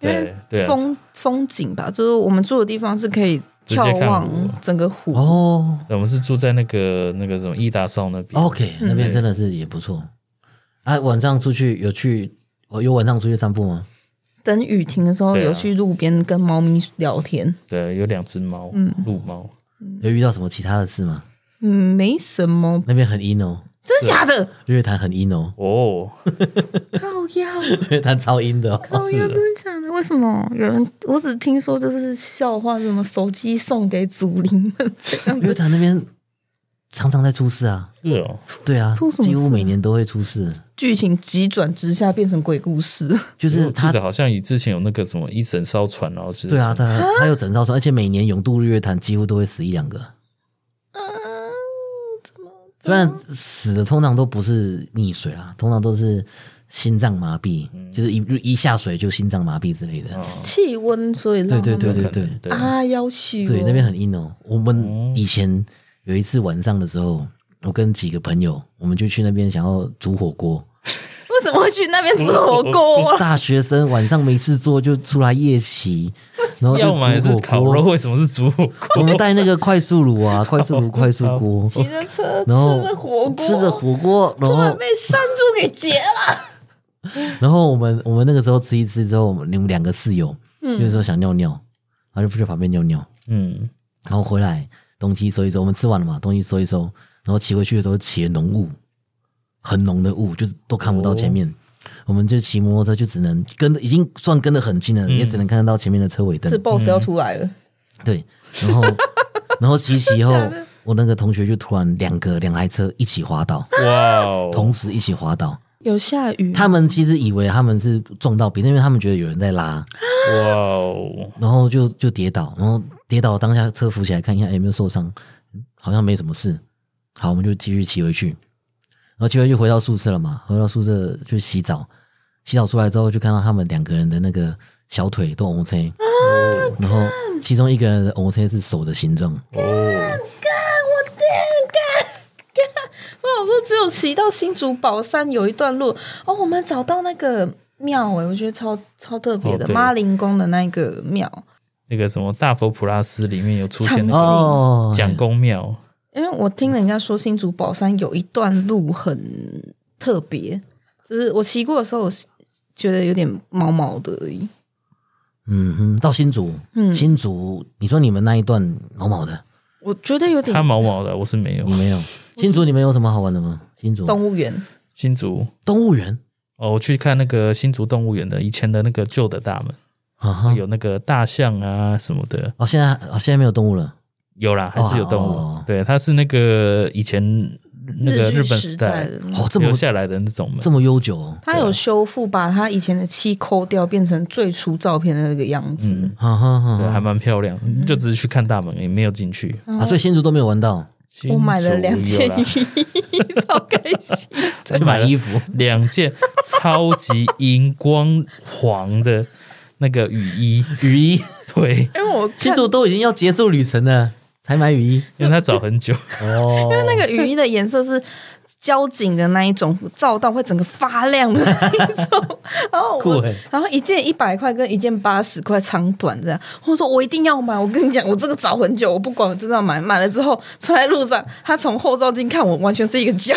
S2: 因
S3: 对对
S2: 为
S3: 啊
S2: 风风景吧，就是我们住的地方是可以
S3: 直接
S2: 眺
S3: 看
S2: 望
S3: 湖
S2: 整个湖。
S1: 哦
S3: 我们是住在那个那个什么伊达邵那边，
S1: ，OK，那边真的是也不错。啊，晚上出去有去，我有晚上出去散步吗？
S2: 等雨停的时候，
S3: 对啊
S2: 有去路边跟猫咪聊天，
S3: 对，有两只猫，鹿猫，
S1: 有遇到什么其他的事吗？
S2: 嗯，没什么，
S1: 那边很阴哦，
S2: 真的假的？
S1: 日月潭很阴哦，
S3: 哦，
S1: 啊
S2: 靠
S1: [LAUGHS]
S2: 腰，
S1: 日月潭超阴的哦。
S2: 靠腰，真的假的？为什么有人？我只听说就是笑话，什么手机送给祖灵们这样
S1: [LAUGHS] 日月
S2: 子，
S1: 潭那边常常在出事啊，
S3: 是 [LAUGHS] 哦，
S1: 对啊
S2: 出，什么事啊
S1: 几乎每年都会出事，
S2: 剧情急转直下变成鬼
S1: [LAUGHS]
S2: 故事。
S1: 就是
S3: 我
S1: 他
S3: 记得。好像以之前有那个什么一整艘船，然后是
S1: 对啊，，他他有整艘船，而且每年永渡日月潭几乎都会死一两个。
S2: 啊，怎么？
S1: 虽然死的通常都不是溺水啦，通常都是心脏麻痹，
S3: 嗯
S1: 就是一一下水就心脏麻痹之类
S3: 哦
S1: 的。
S2: 气温，所以
S1: 对
S2: 让
S1: 对对
S2: 他
S1: 对
S2: 们
S1: 对对
S3: 对
S2: 啊，要求
S1: 对，那边很阴哦。我们以前有一次晚上的时候，我跟几个朋友，我们就去那边想要煮火锅。
S2: 为什么会去那
S1: [LAUGHS]
S2: 边吃火锅啊？
S1: 大学生晚上没事做就出来夜
S2: [LAUGHS]
S1: 骑，然后就
S3: 要么也
S1: 煮
S3: 是
S1: 火
S3: 烤肉，
S1: 锅。
S3: 为什么是煮火锅？
S1: 我们带那个快速炉啊，快
S3: [LAUGHS]
S1: 速炉、快速锅，
S2: 骑着车吃
S1: [LAUGHS] 然后
S2: 着火锅，
S1: 吃着火锅，然
S2: 突然
S1: 后
S2: 被山猪给劫了。
S1: 然后我们我们那个时候吃一吃之后，我们你们两个室友，那个时候想尿尿，然后就不去旁边尿尿，
S3: 嗯，
S1: 然后回来东西收一收，我们吃完了嘛，东西收一收，然后骑回去的时候起了浓雾，很浓的雾，就是都看不到前面。我们就骑摩托车，就只能跟，已经算跟得很近了，也只能看得到前面的车尾灯
S2: 这。BOSS 要出来了，
S1: 对，然后 [LAUGHS] 然后骑骑后，我那个同学就突然两个两台车一起滑倒，
S3: 哇哦，
S1: 同时一起滑倒。
S2: 有下雨，
S1: 他们其实以为他们是撞到别人，因为他们觉得有人在拉，
S3: 哇哦，
S1: 然后就就跌倒，然后跌倒当下车扶起来看一下哎有没有受伤，嗯好像没什么事。好，我们就继续骑回去，然后骑回去回到宿舍了嘛，回到宿舍就洗澡，洗澡出来之后就看到他们两个人的那个小腿都 O C，然
S2: 啊
S1: 后其中一个人的 O C 是手的形状，
S3: 哦，
S2: 我想说，只有骑到新竹宝山有一段路哦，我们找到那个庙哎、我觉得超超特别的
S3: 哦，对
S2: 妈灵宫的那个庙，
S3: 那个什么大佛普拉斯里面有出现那
S2: 长
S3: 个
S1: 哦，
S3: 蒋公庙，
S2: 因为我听人家说新竹宝山有一段路很特别，就是我骑过的时候，我是觉得有点毛毛的而已。
S1: 嗯哼，到新竹，
S2: 嗯
S1: 新竹，你说你们那一段毛毛的，
S2: 我觉得有点
S3: 它毛毛的，我是没有
S1: 你。没有？新竹你们有什么好玩的吗？新竹
S2: 动物园，
S3: 新竹
S1: 动物园，
S3: 哦，我去看那个新竹动物园的以前的那个旧的大门，
S1: 啊哈，
S3: 有那个大象啊什么的，
S1: 哦，现在哦现在没有动物了，
S3: 有啦，还是有动物。
S1: 哦
S3: 对，它是那个以前那个
S2: 日
S3: 日
S2: 据
S3: 本
S2: 时
S3: 时
S2: 代
S3: 代
S2: 的，
S1: 哦，这么
S3: 留下来的那种门
S1: 这。么悠久
S3: 啊
S1: 哦，
S2: 它有修复，把它以前的漆抠掉，变成最初照片的那个样子。
S3: 嗯，
S1: 哈哈
S3: 对，还
S1: 哈，
S3: 蛮漂亮。
S2: 嗯
S3: 就只是去看大门，也没有进去。
S2: 然
S1: 啊，
S2: 后
S1: 所以新竹都没有玩到，
S2: 我买了
S3: 新竹
S2: 两
S3: 有
S2: 件
S3: 啦
S2: 雨衣， [LAUGHS] 超开心。
S1: [LAUGHS] 去买衣服，
S3: [LAUGHS] 两件超级荧光黄的那个雨衣，
S1: 雨衣，
S3: [LAUGHS] 对，
S2: 因为我
S1: 新
S2: 看
S1: 竹都已经要结束旅程了，才买雨衣
S3: 因为它找很久，
S1: 哦，因为
S2: 那个雨衣的颜色是交警的那一种，照到会整个发亮的那
S3: [LAUGHS]
S2: 一种。然后
S1: 酷
S2: 我
S3: 欸
S1: 哎，
S2: 然后一件一百块跟一件八十块，长短这样。我说我一定要买，我跟你讲，我这个找很久，我不管，我真的要买。买了之后，出来路上，他从后照镜看我，完全是一个焦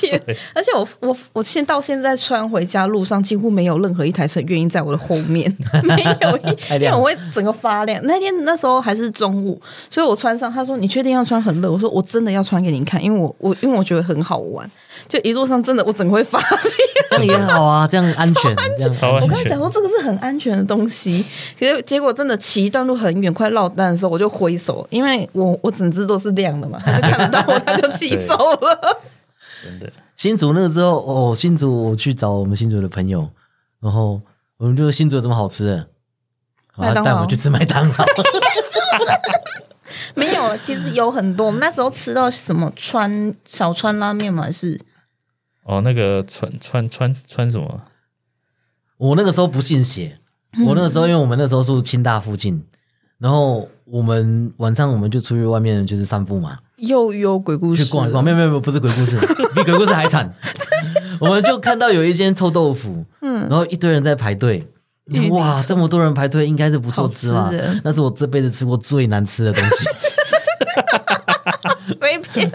S2: 点。而且我我我现到现在穿回家路上，几乎没有任何一台车愿意在我的后面，没有
S1: 太
S2: 一，因
S1: 亮
S2: 为
S1: 了
S2: 我会整个发亮。那天那时候还是中午，所以我穿上，他说你确定要穿很热？我说我真的要穿给你看，因为我我因为我觉得很好玩，就一路上真的我整个会发亮。
S1: [LAUGHS] 这样也好啊，这样安全，这样
S3: 超安
S2: 我
S3: 全。
S2: 刚才讲说这个是很安全的东西，结果结果真的骑一段路很远，快落单的时候，我就挥手，因为我我整只都是亮的嘛，他就看得到我，他就骑走了。
S1: 新竹那个之后，哦，新竹我去找我们新竹的朋友，然后我们就说新竹有什么好吃的，
S2: 麦
S1: 然后他
S2: 当劳
S1: 带我们去吃麦当劳，
S2: [LAUGHS]
S1: [LAUGHS]
S2: 没有，其实有很多，我们那时候吃到什么川小川拉面嘛，还是
S3: 哦，那个穿穿穿穿什么？
S1: 我那个时候不信邪，我那个时候因为我们那时候住清大附近，然后我们晚上我们就出去外面就是散步嘛，
S2: 又有鬼故
S1: 去
S2: 事
S1: 逛一逛，没有没有没有，不是鬼
S2: [LAUGHS]
S1: 故事，比鬼故事还惨。我们就看到有一间臭豆腐，嗯，然后一堆人在排队。
S2: 绿地
S1: 哇，这么多人排队，应该是不错吃啦
S2: 好吃的。
S1: 那是我这辈子吃过最难吃的东
S2: [LAUGHS]
S1: 西，
S2: 没骗，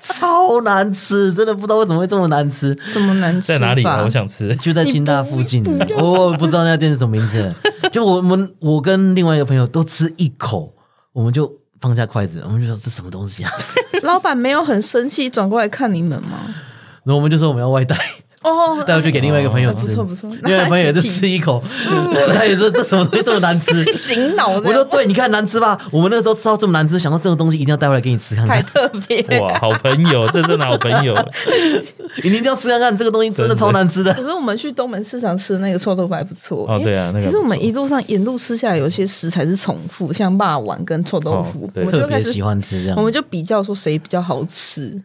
S1: 超难吃，真的不知道为什么会这么难吃。
S2: 怎么难吃
S3: 在哪里
S2: 法
S3: 啊？我想吃。
S1: 就在清大附
S2: [LAUGHS]
S1: 近，哦我我不知道那家店是什么名字。就我们我跟另外一个朋友都吃一口，我们就放下筷子，我们就说这什么东西啊？ [LAUGHS]
S2: 老板没有很生气，转过来看你们吗？
S1: 然后我们就说我们要外带，
S2: 哦，
S1: 带回去给另外一个朋友
S2: 哦
S1: 吃。
S2: 不错不 [LAUGHS] 错。
S1: 另外一个朋友也是吃一口， [LAUGHS] 他也说这什么东西这么难吃
S2: 醒脑
S1: 我
S2: 的
S1: 说对，你看难吃吧？我们那个时候吃到这么难吃，想到这种东西一定要带回来给你吃看
S2: 太
S1: 看，
S2: 特别， [LAUGHS]
S3: 哇，好朋友，这真的好朋友。
S1: [LAUGHS] 你一定要吃看看，这个东西真的超难吃的。
S2: 可是我们去东门市场吃的那个臭豆腐还不错
S3: 哦
S2: 因为
S3: 对啊那个
S2: 其实我
S3: 不
S2: 们
S3: 错
S2: 一路上沿路吃下来，有些食材是重复，像霸王跟臭豆腐，
S3: 哦
S2: 我
S3: 对
S2: 们
S1: 特
S2: 就
S1: 别
S2: 开
S1: 喜
S2: 始，
S1: 欢吃这样，
S2: 我们就比较说谁比较好吃。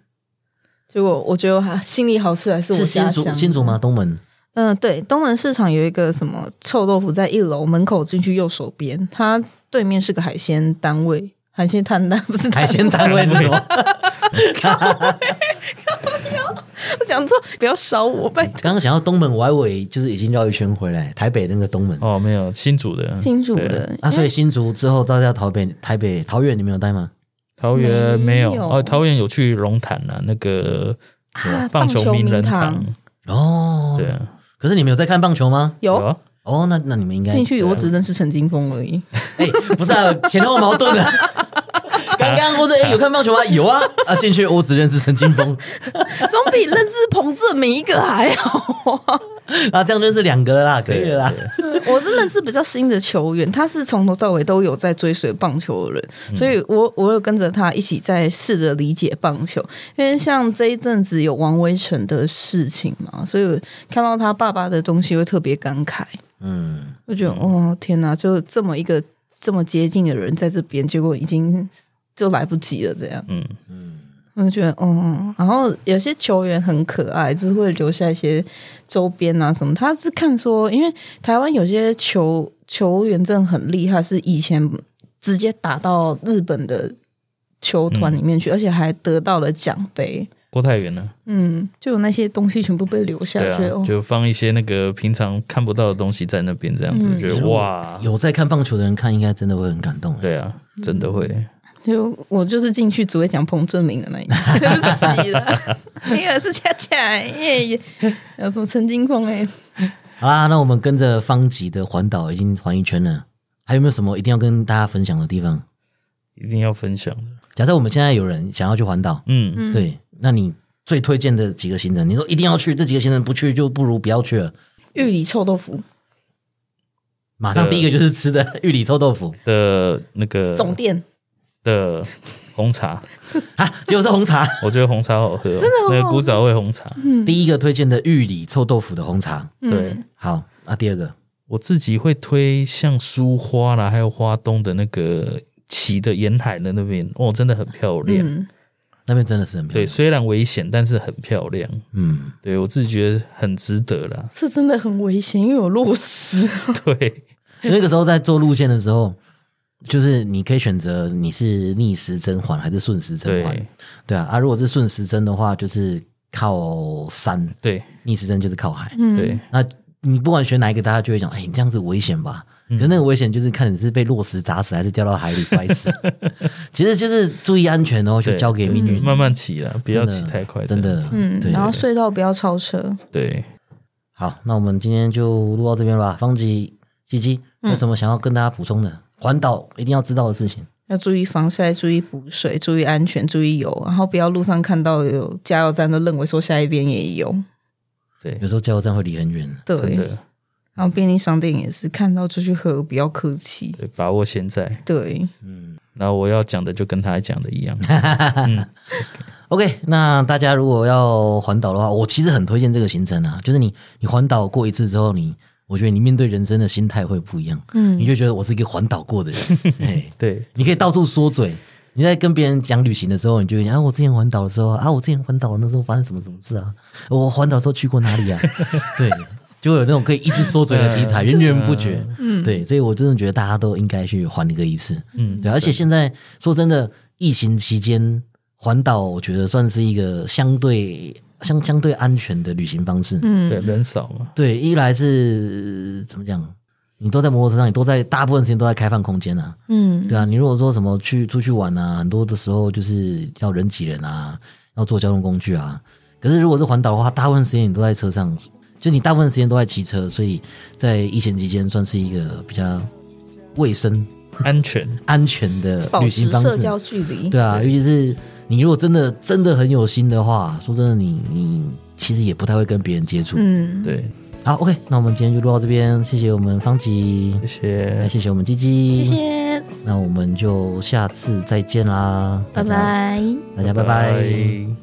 S2: 结果我觉得哈，心里好吃还是我
S1: 是新
S2: 家
S1: 竹
S2: 乡
S1: 新竹吗？？东门
S2: 嗯，对，东门市场有一个什么臭豆腐，在一楼门口进去右手边，它对面是个海鲜单位，海鲜摊单不是
S1: 海鲜
S2: 摊
S1: 摊位是什么？
S2: 位，讲错不要烧我，拜托。
S1: 刚刚想到东门，我还以为就是已经绕一圈回来台北那个东门、
S3: 哦，没有新竹的，
S2: 新竹
S3: 对，
S2: 的，
S1: 啊，所以新竹之后到家台北、台北、桃园，你们有带吗？
S3: 桃园没有
S2: 没有
S3: 哦，桃园有去龙潭啊，那个
S2: 啊
S3: 棒球名人
S2: 棒球名
S3: 堂，
S1: 哦，
S3: 对啊，
S1: 可是你们有在啊看棒球吗？
S2: 有
S3: 啊，
S1: 哦，那那你们应该
S2: 进去，我只认识陈金峰而已。
S1: 哎、不是、啊、前后矛盾的。 [LAUGHS] 刚刚欧队有看棒球吗？啊有啊，啊，进去我只认识陈金 [LAUGHS] 峰，
S2: 总比认识彭正明一个还好啊。
S1: 啊，这样认识两个了啦，可以了啦。
S2: [LAUGHS] 我是认识比较新的球员，他是从头到尾都有在追随棒球的人，所以我我有跟着他一起在试着理解棒球。因为像这一阵子有王威成的事情嘛，所以我看到他爸爸的东西会特别感慨，
S1: 嗯，
S2: 我觉得哦天哪，就这么一个这么接近的人在这边，结果已经就来不及了这样。
S3: 嗯
S2: 我就觉得，哦，然后有些球员很可爱，就是会留下一些周边啊什么。他是看说，因为台湾有些球球员真的很厉害，是以前直接打到日本的球团里面
S3: 嗯
S2: 去，而且还得到了奖杯。
S3: 郭泰源呢？
S2: 嗯，就有那些东西全部被留下，
S3: 对
S2: 觉得
S3: 啊，
S2: 哦，
S3: 就放一些那个平常看不到的东西在那边，这样子
S2: 嗯
S3: 觉得哇，
S1: 有在看棒球的人看，应该真的会很感动。
S3: 对啊，
S2: 嗯
S3: 真的会。
S2: 就我就是进去只会讲彭正明的那一 [LAUGHS] 个，对不
S1: [LAUGHS]
S2: 起了，那个是恰恰耶耶，还有什么陈金峰哎、
S1: 好啦，那我们跟着方吉的环岛已经环一圈了，还有没有什么一定要跟大家分享的地方？
S3: 一定要分享的，
S1: 假设我们现在有人想要去环岛，
S3: 嗯，
S1: 对，那你最推荐的几个行程，你说一定要去，这几个行程不去就不如不要去了。
S2: 玉里臭豆腐
S1: 马上第一个就是吃的玉里臭豆腐
S3: 的那个
S2: 总店。
S3: 的红茶，
S1: 啊，结果是红茶。
S3: 我觉得红茶好喝哦，
S2: 的
S3: 那
S2: 好
S3: 个古早味红茶，
S1: 第一个推荐的玉里臭豆腐的红茶，
S3: 对
S2: 嗯，
S1: 好，那第二个
S3: 我自己会推像苏花啦，还有花东的那个旗的沿海的那边，哦，真的很漂亮。
S2: 嗯，。
S1: 那边真的是很漂
S3: 对，
S1: 亮，
S3: 虽然危险，但是很漂亮。
S1: 嗯，
S3: 对我自己觉得很值得啦 [LAUGHS]
S2: 是真的很危险，因为有落石。
S3: 对，
S1: 那个时候在做路线的时候，就是你可以选择你是逆时针环还是顺时针环
S3: 对，，
S1: 对啊，啊，如果是顺时针的话，就是靠山；
S3: 对，
S1: 逆时针就是靠海。
S2: [LAUGHS] 嗯，
S3: 对，
S1: 那你不管选哪一个，大家就会讲，哎、你这样子危险吧？
S3: 嗯
S1: 可是那个危险就是看你是被落石砸死，还是掉到海里摔
S3: [LAUGHS]
S1: 死。其实就是注意安全哦，就
S3: 对
S1: 交给命运。
S3: 慢慢骑啦，不
S1: 不
S3: 要骑太快，
S1: 真的
S3: 这样子。
S2: 嗯
S1: 对，
S2: 然后隧道不要超车。
S3: 对，
S1: 好，那我们今天就录到这边吧。方吉、鸡鸡，有什么想要跟大家补充的？环岛一定要知道的事情。
S2: 要注意防晒，注意补水，注意安全，注意油，然后不要路上看到有加油站都认为说下一边也有，
S3: 对
S1: 有，时候加油站会离很远。
S3: 真
S2: 对，
S3: 的，
S2: 然后便利商店也是看到就去喝，不要客气，
S3: 对，把握现在。
S2: 对，
S3: 然后我要讲的就跟他讲的一
S1: [LAUGHS]
S3: 样，
S1: OK，那大家如果要环岛的话，我其实很推荐这个行程啊，就是你你环岛过一次之后，你我觉得你面对人生的心态会不一样，嗯，你就觉得我是一个环岛过的人，哎，
S3: 对，
S1: 你可以到处说嘴。你在跟别人讲旅行的时候，你就会讲啊，我之前环岛的时候啊，我之前环岛那时候发生什么什么事啊，我环岛之后去过哪里 [LAUGHS] 啊？对，就会有那种可以一直说嘴的题材，源源不绝。嗯，对，所以我真的觉得大家都应该去环一个一次。
S3: 嗯，
S1: 对，而且现在说真的，疫情期间环岛，我觉得算是一个相对相相对安全的旅行方式。
S3: 对，人少嘛，
S1: 对，一来是呃怎么讲，你都在摩托车上，你都在大部分时间都在开放空间啊。
S2: 嗯，
S1: 对啊，你如果说什么去出去玩啊，很多的时候就是要人挤人啊，要坐交通工具啊。可是如果是环岛的话，大部分时间你都在车上，就你大部分时间都在骑车，所以在疫情期间算是一个比较卫生、
S3: 安全，
S1: 安全的
S2: 保
S1: 啊旅
S2: 持
S1: 行方
S2: 社
S1: 式。
S2: 交距离，
S1: 对啊，尤其是你如果真的真的很有心的话，说真的你，你其实也不太会跟别人接触。
S2: 嗯，
S3: 对，
S1: 好，OK，那我们今天就录到这边，谢谢我们方吉
S3: 谢，谢
S1: 也。谢谢我们鸡鸡，
S2: 谢谢，
S1: 那我们就下次再见啦，
S2: 嗯拜
S1: 大家，
S2: 拜。
S1: 大家拜拜。
S3: 拜